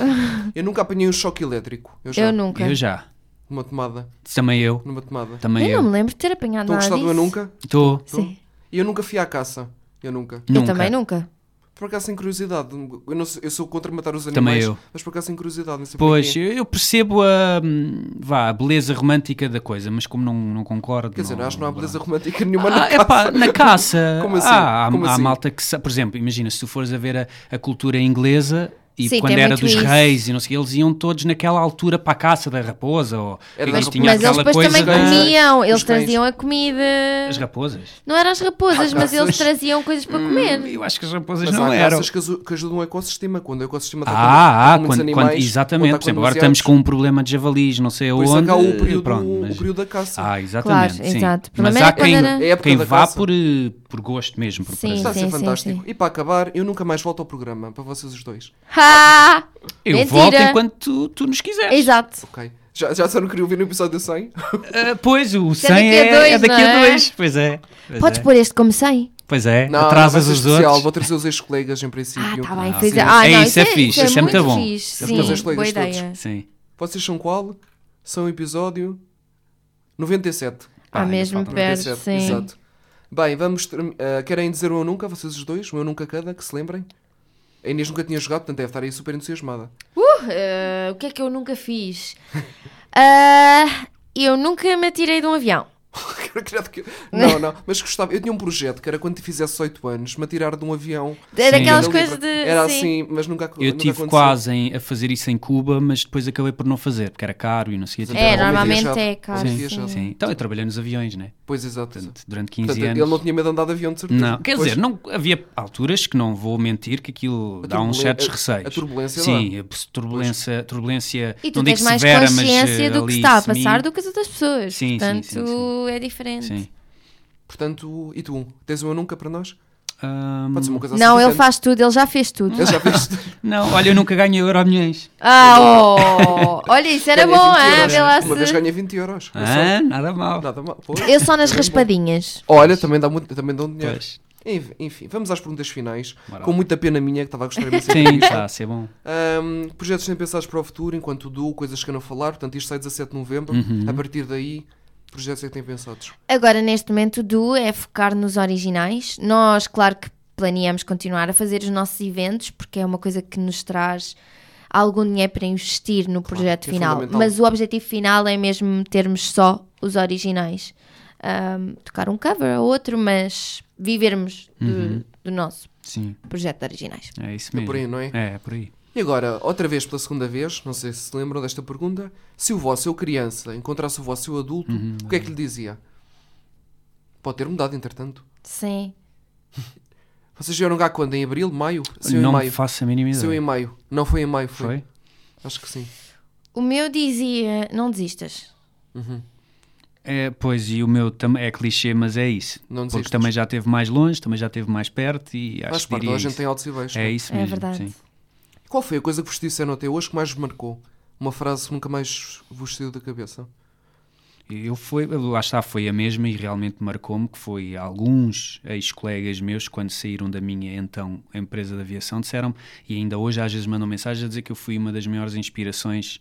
[SPEAKER 3] Eu nunca apanhei um choque elétrico. Eu já.
[SPEAKER 2] Eu nunca.
[SPEAKER 4] Eu já.
[SPEAKER 3] numa tomada.
[SPEAKER 4] Também eu.
[SPEAKER 3] Numa tomada.
[SPEAKER 4] Também
[SPEAKER 2] eu
[SPEAKER 4] eu.
[SPEAKER 2] não me lembro de ter apanhado
[SPEAKER 3] Estão a
[SPEAKER 2] nada
[SPEAKER 3] gostar do
[SPEAKER 2] disso.
[SPEAKER 3] Eu Nunca?
[SPEAKER 4] Estou.
[SPEAKER 2] Sim.
[SPEAKER 3] E eu nunca fui à caça. Eu nunca.
[SPEAKER 2] Eu também nunca.
[SPEAKER 3] Por acaso sem curiosidade. Eu, não sou, eu sou contra matar os
[SPEAKER 4] Também
[SPEAKER 3] animais.
[SPEAKER 4] eu.
[SPEAKER 3] Mas por acaso sem curiosidade. Não sei
[SPEAKER 4] Pois,
[SPEAKER 3] porquê.
[SPEAKER 4] eu eu percebo a, hum, vá, a beleza romântica da coisa, mas como não, não concordo.
[SPEAKER 3] Quer dizer, acho que não há
[SPEAKER 4] vá.
[SPEAKER 3] beleza romântica nenhuma na
[SPEAKER 4] Ah, epá, na caça.
[SPEAKER 3] Como assim?
[SPEAKER 4] Ah, há,
[SPEAKER 3] Como
[SPEAKER 4] há
[SPEAKER 3] assim?
[SPEAKER 4] malta que. sa- Por exemplo, imagina, se tu fores a ver a, a cultura inglesa. E
[SPEAKER 2] Sim,
[SPEAKER 4] quando
[SPEAKER 2] tem
[SPEAKER 4] era
[SPEAKER 2] muito
[SPEAKER 4] dos
[SPEAKER 2] isso.
[SPEAKER 4] reis e não sei, eles iam todos naquela altura para a caça da raposa. Ou,
[SPEAKER 3] Era
[SPEAKER 4] eles
[SPEAKER 3] da
[SPEAKER 4] tinham
[SPEAKER 2] mas eles
[SPEAKER 4] aquela
[SPEAKER 2] depois
[SPEAKER 4] coisa
[SPEAKER 2] também
[SPEAKER 4] da-
[SPEAKER 2] comiam, eles
[SPEAKER 3] os cães.
[SPEAKER 2] traziam a comida.
[SPEAKER 4] As raposas?
[SPEAKER 2] Não eram as raposas,
[SPEAKER 3] Ah,
[SPEAKER 2] mas eles
[SPEAKER 3] raças.
[SPEAKER 2] traziam coisas para
[SPEAKER 3] Hum.
[SPEAKER 2] comer.
[SPEAKER 4] Eu acho que as raposas
[SPEAKER 3] Mas
[SPEAKER 4] não
[SPEAKER 3] há
[SPEAKER 4] eram.
[SPEAKER 3] caças que, azu- que ajudam o ecossistema. Quando o ecossistema está
[SPEAKER 4] Ah, ah
[SPEAKER 3] com, com muitos
[SPEAKER 4] quando, quando-
[SPEAKER 3] animais,
[SPEAKER 4] exatamente.
[SPEAKER 3] quando
[SPEAKER 4] Por
[SPEAKER 3] está
[SPEAKER 4] exemplo, agora
[SPEAKER 3] demasiados,
[SPEAKER 4] estamos com um problema de javalis, não sei
[SPEAKER 3] Por
[SPEAKER 4] aonde.
[SPEAKER 3] isso é que há o
[SPEAKER 4] e
[SPEAKER 3] período,
[SPEAKER 4] pronto,
[SPEAKER 3] o
[SPEAKER 4] mas-
[SPEAKER 3] período da caça.
[SPEAKER 4] Ah, exatamente.
[SPEAKER 2] Claro,
[SPEAKER 4] sim.
[SPEAKER 2] exato. O
[SPEAKER 4] Mas
[SPEAKER 2] problema
[SPEAKER 4] há
[SPEAKER 2] era quando
[SPEAKER 4] quem,
[SPEAKER 2] era-
[SPEAKER 3] É a época
[SPEAKER 4] quem
[SPEAKER 3] da
[SPEAKER 4] vá
[SPEAKER 3] caça.
[SPEAKER 4] por, eh, por gosto mesmo. Por
[SPEAKER 2] Sim.
[SPEAKER 4] prazer.
[SPEAKER 3] Está a ser
[SPEAKER 2] sim,
[SPEAKER 3] fantástico.
[SPEAKER 2] sim.
[SPEAKER 3] E para acabar, eu nunca mais volto ao programa, para vocês os dois.
[SPEAKER 2] Ha!
[SPEAKER 4] Eu
[SPEAKER 2] Mentira.
[SPEAKER 4] volto enquanto tu, tu nos quiseres.
[SPEAKER 2] Exato.
[SPEAKER 3] Ok. Já, já só não queria ouvir no episódio 100?
[SPEAKER 4] Ah, pois, o 100
[SPEAKER 2] daqui a
[SPEAKER 4] é,
[SPEAKER 2] dois,
[SPEAKER 4] é daqui
[SPEAKER 2] não
[SPEAKER 4] a
[SPEAKER 2] é?
[SPEAKER 4] dois. Pois é. Pois
[SPEAKER 2] Podes
[SPEAKER 4] é.
[SPEAKER 2] pôr este como 100?
[SPEAKER 4] Pois é.
[SPEAKER 3] Não, não, vai
[SPEAKER 4] Atrasas
[SPEAKER 3] ser
[SPEAKER 4] os
[SPEAKER 3] especial.
[SPEAKER 4] outros.
[SPEAKER 3] Vou trazer os ex-colegas em
[SPEAKER 2] Ah,
[SPEAKER 3] princípio.
[SPEAKER 2] tá bem.
[SPEAKER 4] Ah,
[SPEAKER 2] pois
[SPEAKER 4] sim.
[SPEAKER 2] é. Ah,
[SPEAKER 4] É,
[SPEAKER 2] não,
[SPEAKER 4] isso é fixe, isso é muito bom.
[SPEAKER 2] Fixe.
[SPEAKER 4] Isso é
[SPEAKER 2] Sim,
[SPEAKER 4] muito bom.
[SPEAKER 3] Os colegas
[SPEAKER 2] boa
[SPEAKER 3] todos.
[SPEAKER 2] ideia.
[SPEAKER 4] Sim.
[SPEAKER 3] Vocês são qual? São o episódio 97.
[SPEAKER 4] Ah,
[SPEAKER 2] Ah,
[SPEAKER 4] ainda
[SPEAKER 2] mesmo
[SPEAKER 4] falta um
[SPEAKER 2] perto,
[SPEAKER 3] 97,
[SPEAKER 2] sim.
[SPEAKER 3] é Exato. Bem, vamos. ter- ah, querem dizer um eu nunca, vocês os dois? Um eu nunca cada, que se lembrem? A Inês nunca tinha jogado, portanto deve estar aí super entusiasmada.
[SPEAKER 2] Uh, o que é que eu nunca fiz? Ah, eu nunca me atirei de um avião.
[SPEAKER 3] Credo que- não, não, mas gostava. Eu tinha um projeto que era quando fizesse 8 anos, me atirar de um avião.
[SPEAKER 2] Era É daquelas
[SPEAKER 3] Ainda
[SPEAKER 2] coisas
[SPEAKER 3] livre.
[SPEAKER 2] de.
[SPEAKER 3] Era
[SPEAKER 2] sim.
[SPEAKER 3] assim, mas nunca ac-
[SPEAKER 4] Eu
[SPEAKER 3] nunca
[SPEAKER 4] tive
[SPEAKER 3] aconteceu.
[SPEAKER 4] quase em- a fazer isso em Cuba, mas depois acabei por não fazer, porque era caro e não sei o que.
[SPEAKER 2] É,
[SPEAKER 3] Era um
[SPEAKER 2] normalmente
[SPEAKER 3] viajado.
[SPEAKER 2] é caro.
[SPEAKER 3] Homem
[SPEAKER 4] Sim,
[SPEAKER 3] viajado.
[SPEAKER 2] Sim.
[SPEAKER 4] sim. Então eu trabalhei nos aviões, né?
[SPEAKER 3] Pois, exato.
[SPEAKER 4] Portanto, durante 15
[SPEAKER 3] Portanto,
[SPEAKER 4] anos.
[SPEAKER 3] ele não tinha medo de andar de avião, de certeza.
[SPEAKER 4] Não, quer
[SPEAKER 3] Pois.
[SPEAKER 4] dizer, não, havia alturas que não vou mentir que aquilo
[SPEAKER 3] A
[SPEAKER 4] dá uns
[SPEAKER 3] turbulen-
[SPEAKER 4] certos
[SPEAKER 3] a-
[SPEAKER 4] receios.
[SPEAKER 3] a turbulência
[SPEAKER 4] Sim, a p- turbulência, turbulência é
[SPEAKER 2] E tu
[SPEAKER 4] não digo
[SPEAKER 2] tens mais
[SPEAKER 4] severa, mas,
[SPEAKER 2] consciência
[SPEAKER 4] eh,
[SPEAKER 2] do que
[SPEAKER 4] ali
[SPEAKER 2] está a
[SPEAKER 4] semi-
[SPEAKER 2] passar do que as outras pessoas.
[SPEAKER 4] Sim, sim,
[SPEAKER 2] Portanto,
[SPEAKER 4] sim, sim.
[SPEAKER 2] é diferente.
[SPEAKER 4] Sim.
[SPEAKER 3] Portanto, e tu? Tens um eu nunca para nós?
[SPEAKER 4] Ahm,
[SPEAKER 3] Pode ser uma coisa assim.
[SPEAKER 2] Não, ele
[SPEAKER 3] diferente.
[SPEAKER 2] faz tudo, ele já fez tudo.
[SPEAKER 3] Ele já fez.
[SPEAKER 4] não, olha, eu nunca ganhei euro milhões.
[SPEAKER 2] Ah, oh! Olha, isso era bom,
[SPEAKER 3] Ganhei 20
[SPEAKER 2] ah,
[SPEAKER 3] euros.
[SPEAKER 2] vê lá
[SPEAKER 3] Uma vez
[SPEAKER 2] se.
[SPEAKER 3] ganhei 20 euros. Eu só-
[SPEAKER 4] Ah, nada mal.
[SPEAKER 3] Nada mal. Pô.
[SPEAKER 2] Eu só nas
[SPEAKER 3] Também bom.
[SPEAKER 2] raspadinhas.
[SPEAKER 3] Olha, também, dá muito, também dão dinheiro.
[SPEAKER 4] Pois.
[SPEAKER 3] Enf- Enfim, vamos às perguntas finais.
[SPEAKER 4] Bora
[SPEAKER 3] Com
[SPEAKER 4] lá.
[SPEAKER 3] muita pena minha, que estava a gostar imenso de
[SPEAKER 4] Sim,
[SPEAKER 3] isto.
[SPEAKER 4] está a ser bom.
[SPEAKER 3] Ahm, projetos sem pensados para o futuro, enquanto duo, coisas que eu não falar. Portanto, isto sai 17 de novembro.
[SPEAKER 4] Uhum.
[SPEAKER 3] A partir daí, projetos é que têm pensados.
[SPEAKER 2] Agora, neste momento, o duo é focar nos originais. Nós, claro que planeamos continuar a fazer os nossos eventos, porque é uma coisa que nos traz algum dinheiro para investir no projeto
[SPEAKER 3] que é
[SPEAKER 2] final.
[SPEAKER 3] fundamental.
[SPEAKER 2] Mas o objetivo final é mesmo termos só os originais. Ahm, tocar um cover ou outro, mas vivermos do,
[SPEAKER 3] Uhum.
[SPEAKER 2] do nosso
[SPEAKER 4] Sim,
[SPEAKER 2] projeto de originais.
[SPEAKER 4] é isso
[SPEAKER 3] É
[SPEAKER 4] mesmo.
[SPEAKER 3] por aí, não é?
[SPEAKER 4] É, é por aí.
[SPEAKER 3] E agora, outra vez pela segunda vez, não sei se se lembram desta pergunta. Se o vosso eu criança encontrasse o vosso eu adulto,
[SPEAKER 4] Uhum.
[SPEAKER 3] o que é que lhe dizia? Pode ter mudado, entretanto.
[SPEAKER 2] Sim.
[SPEAKER 3] Vocês vieram cá quando? Em abril? Maio? Seu
[SPEAKER 4] não
[SPEAKER 3] em
[SPEAKER 4] me
[SPEAKER 3] maio.
[SPEAKER 4] faço a mínima
[SPEAKER 3] Seu em
[SPEAKER 4] ideia.
[SPEAKER 3] maio. Não foi em maio, foi?
[SPEAKER 4] Foi?
[SPEAKER 3] Acho que sim.
[SPEAKER 2] O meu dizia: não desistas.
[SPEAKER 4] É, pois, e o meu tam- é clichê, mas é isso.
[SPEAKER 3] Não
[SPEAKER 4] Porque
[SPEAKER 3] desistas.
[SPEAKER 4] também já esteve mais longe, também já esteve mais perto e acho
[SPEAKER 3] Faz
[SPEAKER 4] que
[SPEAKER 3] parte,
[SPEAKER 4] diria
[SPEAKER 3] a gente
[SPEAKER 4] isso.
[SPEAKER 3] tem altos e baixos.
[SPEAKER 4] É
[SPEAKER 3] não
[SPEAKER 4] isso
[SPEAKER 2] É
[SPEAKER 4] mesmo.
[SPEAKER 2] verdade.
[SPEAKER 4] sim.
[SPEAKER 3] Qual foi a coisa que vos disseram até hoje que mais vos marcou? Uma frase que nunca mais vos saiu da cabeça?
[SPEAKER 4] Eu fui, lá está, foi a mesma e realmente marcou-me que foi alguns ex-colegas meus, quando saíram da minha então empresa de aviação, disseram e ainda hoje às vezes mandam mensagens a dizer que eu fui uma das maiores inspirações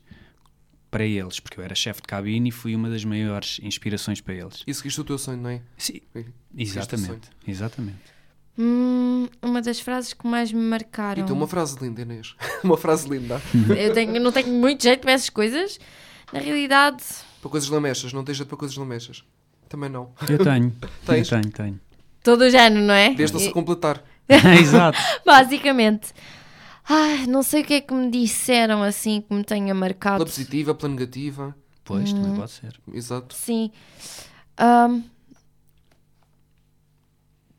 [SPEAKER 4] para eles, porque eu era chefe de cabine e fui uma das maiores inspirações para eles.
[SPEAKER 3] E seguiste o teu sonho, não é?
[SPEAKER 4] Sim,
[SPEAKER 3] Sim.
[SPEAKER 4] exatamente, exatamente.
[SPEAKER 2] Hum, uma das frases que mais me marcaram.
[SPEAKER 3] E tu, uma frase linda, Inês. uma frase linda.
[SPEAKER 2] eu, tenho- eu não tenho muito jeito para essas coisas. Na realidade,
[SPEAKER 3] para coisas lamechas, não tens jeito para coisas lamechas. Também não.
[SPEAKER 4] Eu tenho, eu
[SPEAKER 3] Tens?
[SPEAKER 4] tenho, tenho.
[SPEAKER 2] todo o género, não é?
[SPEAKER 3] Desde-se a
[SPEAKER 2] E-
[SPEAKER 3] completar.
[SPEAKER 4] Exato.
[SPEAKER 2] Basicamente. Ai, não sei o que é que me disseram assim que me tenha marcado.
[SPEAKER 3] Pela positiva, pela negativa.
[SPEAKER 4] Pois, também pode ser.
[SPEAKER 3] Exato.
[SPEAKER 2] Sim. Ahm.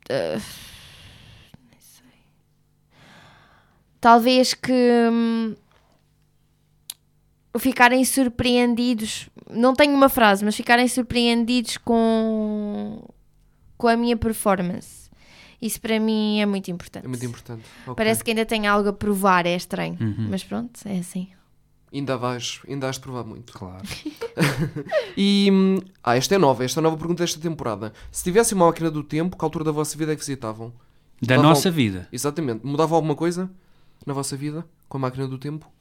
[SPEAKER 2] Ah, nem sei. Talvez que hum, ficarem surpreendidos. Não tenho uma frase, mas ficarem surpreendidos com, com a minha performance. Isso para mim é muito importante.
[SPEAKER 3] É muito importante. Ok.
[SPEAKER 2] Parece que ainda tenho algo a provar, é estranho.
[SPEAKER 3] Uhum.
[SPEAKER 2] Mas pronto, é assim.
[SPEAKER 3] Ainda vais, ainda has de provar muito.
[SPEAKER 4] Claro.
[SPEAKER 3] E. hum, Ah, esta é nova, esta é a nova pergunta desta temporada. Se tivesse uma máquina do tempo, que altura da vossa vida é que visitavam?
[SPEAKER 4] Da
[SPEAKER 3] Dava-
[SPEAKER 4] nossa vida.
[SPEAKER 3] Exatamente. Mudava alguma coisa na vossa vida com a máquina do tempo?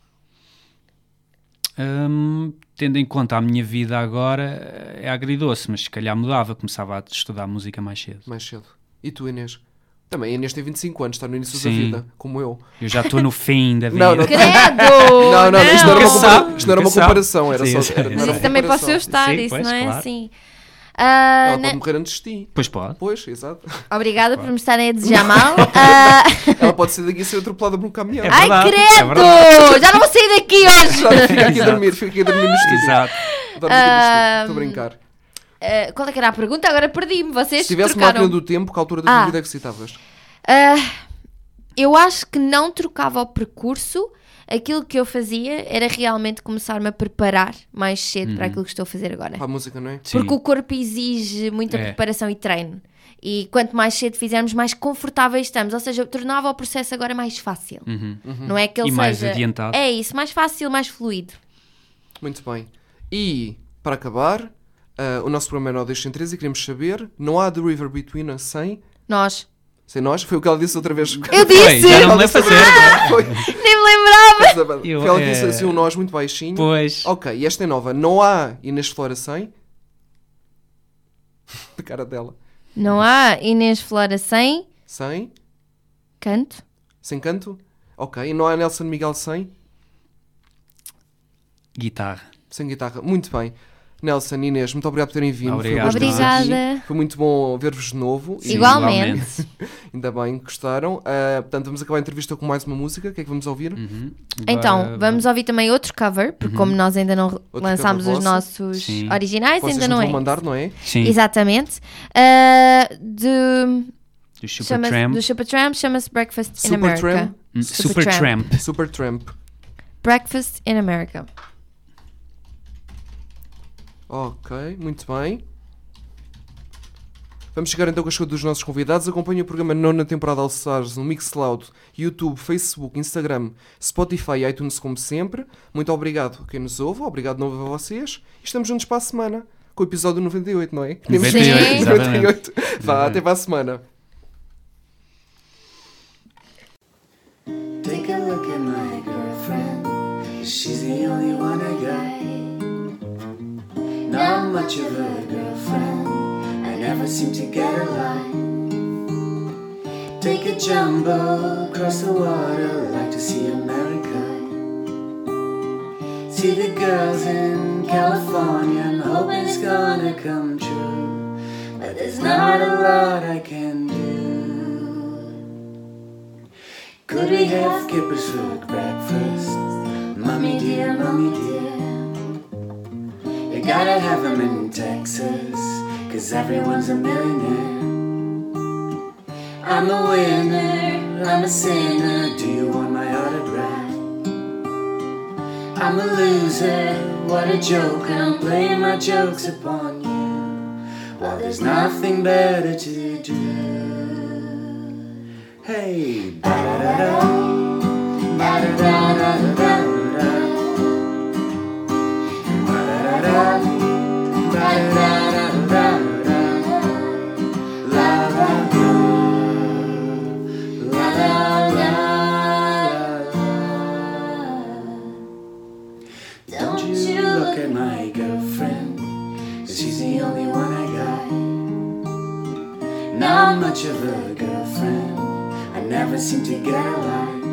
[SPEAKER 4] Hum, tendo em conta a minha vida agora, é agridoce, mas se calhar mudava, começava a estudar música mais cedo.
[SPEAKER 3] Mais cedo. E tu, Inês? Também, a Inês tem 25 anos, está no início da
[SPEAKER 4] Sim.
[SPEAKER 3] vida, como eu.
[SPEAKER 4] Eu já estou no fim da vida.
[SPEAKER 3] Não, não-
[SPEAKER 2] Credo!
[SPEAKER 3] Não, não, isto não era uma, compara-
[SPEAKER 4] Nunca sabe,
[SPEAKER 3] isto não era uma
[SPEAKER 4] nunca
[SPEAKER 3] comparação, era
[SPEAKER 4] sabe.
[SPEAKER 3] só.
[SPEAKER 4] Sim,
[SPEAKER 3] era- não
[SPEAKER 2] Oh, Mas
[SPEAKER 3] era uma
[SPEAKER 2] isso também posso eu estar,
[SPEAKER 3] comparação.
[SPEAKER 4] é Sim,
[SPEAKER 2] isso
[SPEAKER 4] pois,
[SPEAKER 2] não é
[SPEAKER 4] claro.
[SPEAKER 2] assim. Ah,
[SPEAKER 3] Ela
[SPEAKER 2] né-
[SPEAKER 3] pode morrer antes de ti.
[SPEAKER 4] Pois pode.
[SPEAKER 3] Pois, exato.
[SPEAKER 2] Obrigada por me estarem a desejar mal. Ah,
[SPEAKER 3] Ela pode ser daqui a ser atropelada por um caminhão.
[SPEAKER 4] É
[SPEAKER 2] ai,
[SPEAKER 4] verdade, é
[SPEAKER 2] credo! Já não vou sair daqui hoje!
[SPEAKER 3] Sabe, Fica aqui a
[SPEAKER 4] Exato.
[SPEAKER 3] dormir, fica aqui a dormir no estúdio.
[SPEAKER 4] Exato.
[SPEAKER 3] Dorme aqui no estúdio, Estou a brincar.
[SPEAKER 2] Ah, qual é que era a pergunta? Agora perdi-me, vocês
[SPEAKER 3] Se tivesse uma
[SPEAKER 2] trocaram.
[SPEAKER 3] máquina do tempo, que altura da tua
[SPEAKER 2] Ah.
[SPEAKER 3] vida é que citavas?
[SPEAKER 2] Ah, eu acho que não trocava o percurso. Aquilo que eu fazia era realmente começar-me a preparar mais cedo
[SPEAKER 3] Uhum.
[SPEAKER 2] para aquilo que estou a fazer agora.
[SPEAKER 3] Para a música, não é?
[SPEAKER 4] Sim.
[SPEAKER 2] Porque o corpo exige muita
[SPEAKER 4] É.
[SPEAKER 2] preparação e treino. E quanto mais cedo fizermos, mais confortáveis estamos. Ou seja, eu tornava o processo agora mais fácil. Não é que ele
[SPEAKER 4] Uhum. E
[SPEAKER 2] seja...
[SPEAKER 4] mais adiantado.
[SPEAKER 2] É isso, mais fácil, mais fluido.
[SPEAKER 3] Muito bem. E, para acabar, ah, o nosso programa é 913 e queremos saber: não há The River Between Us sem,
[SPEAKER 2] Nós.
[SPEAKER 3] sem nós? Foi o que ela disse outra vez.
[SPEAKER 2] Eu
[SPEAKER 4] Bem,
[SPEAKER 2] disse!
[SPEAKER 4] já não me lembro a sério.
[SPEAKER 3] Foi,
[SPEAKER 2] Nem me lembrava!
[SPEAKER 3] foi
[SPEAKER 4] Eu,
[SPEAKER 3] ela que disse
[SPEAKER 4] é-
[SPEAKER 3] assim um nós muito baixinho.
[SPEAKER 4] Pois.
[SPEAKER 3] Ok, e esta é nova. Não há Inês Flora sem. De cara dela.
[SPEAKER 2] Não há Inês Flora sem
[SPEAKER 3] Sem.
[SPEAKER 2] canto.
[SPEAKER 3] Sem canto. Ok, e não há Nelson Miguel sem.
[SPEAKER 4] Guitarra.
[SPEAKER 3] Sem guitarra. Muito bem. Nelson, Inês, muito obrigado por terem vindo.
[SPEAKER 4] Obrigado.
[SPEAKER 3] Foi um gosto
[SPEAKER 2] Obrigada.
[SPEAKER 3] ter-vos aqui. Foi muito bom ver-vos de novo.
[SPEAKER 4] Sim,
[SPEAKER 2] igualmente.
[SPEAKER 3] Ainda bem que gostaram. Ah, portanto, vamos acabar a entrevista com mais uma música. O que é que vamos ouvir?
[SPEAKER 4] Uhum.
[SPEAKER 2] Então,
[SPEAKER 4] Agora-
[SPEAKER 2] vamos ouvir também outro cover, porque como nós ainda não lançámos
[SPEAKER 3] cover
[SPEAKER 2] os
[SPEAKER 3] vosso.
[SPEAKER 2] nossos
[SPEAKER 4] Uhum. Sim.
[SPEAKER 2] originais,
[SPEAKER 3] Vocês
[SPEAKER 2] ainda
[SPEAKER 3] nos
[SPEAKER 2] não é.
[SPEAKER 3] vão mandar, não é?
[SPEAKER 4] Sim,
[SPEAKER 2] Exatamente. Ah, de,
[SPEAKER 4] do
[SPEAKER 2] chama
[SPEAKER 4] Supertramp.
[SPEAKER 2] do Supertramp chama-se Breakfast in
[SPEAKER 3] Supertramp?
[SPEAKER 2] America.
[SPEAKER 4] Hum,
[SPEAKER 2] Supertramp.
[SPEAKER 4] Supertramp.
[SPEAKER 3] Mm, Super Tramp.
[SPEAKER 2] Breakfast in America.
[SPEAKER 3] Ok, muito bem. Vamos chegar então com a escolha dos nossos convidados. Acompanhe o programa Nona Temporada All Stars no Mixcloud, YouTube, Facebook, Instagram, Spotify e iTunes, como sempre. Muito obrigado a quem nos ouve, obrigado de novo a vocês. E estamos juntos para a semana, com o episódio 98, não é?
[SPEAKER 4] 98,
[SPEAKER 2] Sim.
[SPEAKER 4] exatamente.
[SPEAKER 3] 98. Vá, até para a semana.
[SPEAKER 5] Take a look at my girlfriend. She's the only one I got. Not much of a girlfriend. I never seem to get a line. Take a jumbo across the water. Like to see America. See the girls in California. I'm hoping it's gonna come true. But there's not a lot I can do. Could we have kippers for breakfast? Mummy dear, mummy dear. You gotta have 'em in Texas, cause everyone's a millionaire. I'm a winner, I'm a sinner. Do you want my autograph? I'm a loser, what a joke. I'm playing my jokes upon you. Well, there's nothing better to do. Hey, da da da da, da da da da da da da, da da da da da da da da, la la la, la la la. Don't you look at my girlfriend? 'cause She's the only one I got. Not much of a girlfriend. I never seem to get a line.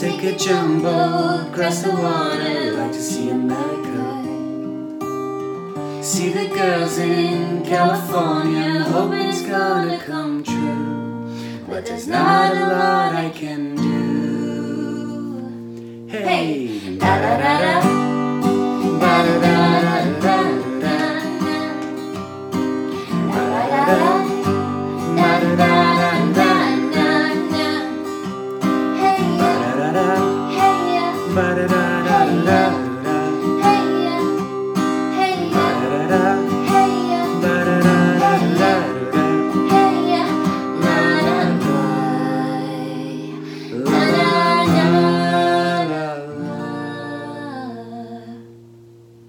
[SPEAKER 5] Take a jumbo across the water. Like to see America. See the girls in California. Hoping it's gonna come true. But there's not a lot I can do. Hey, da da da da.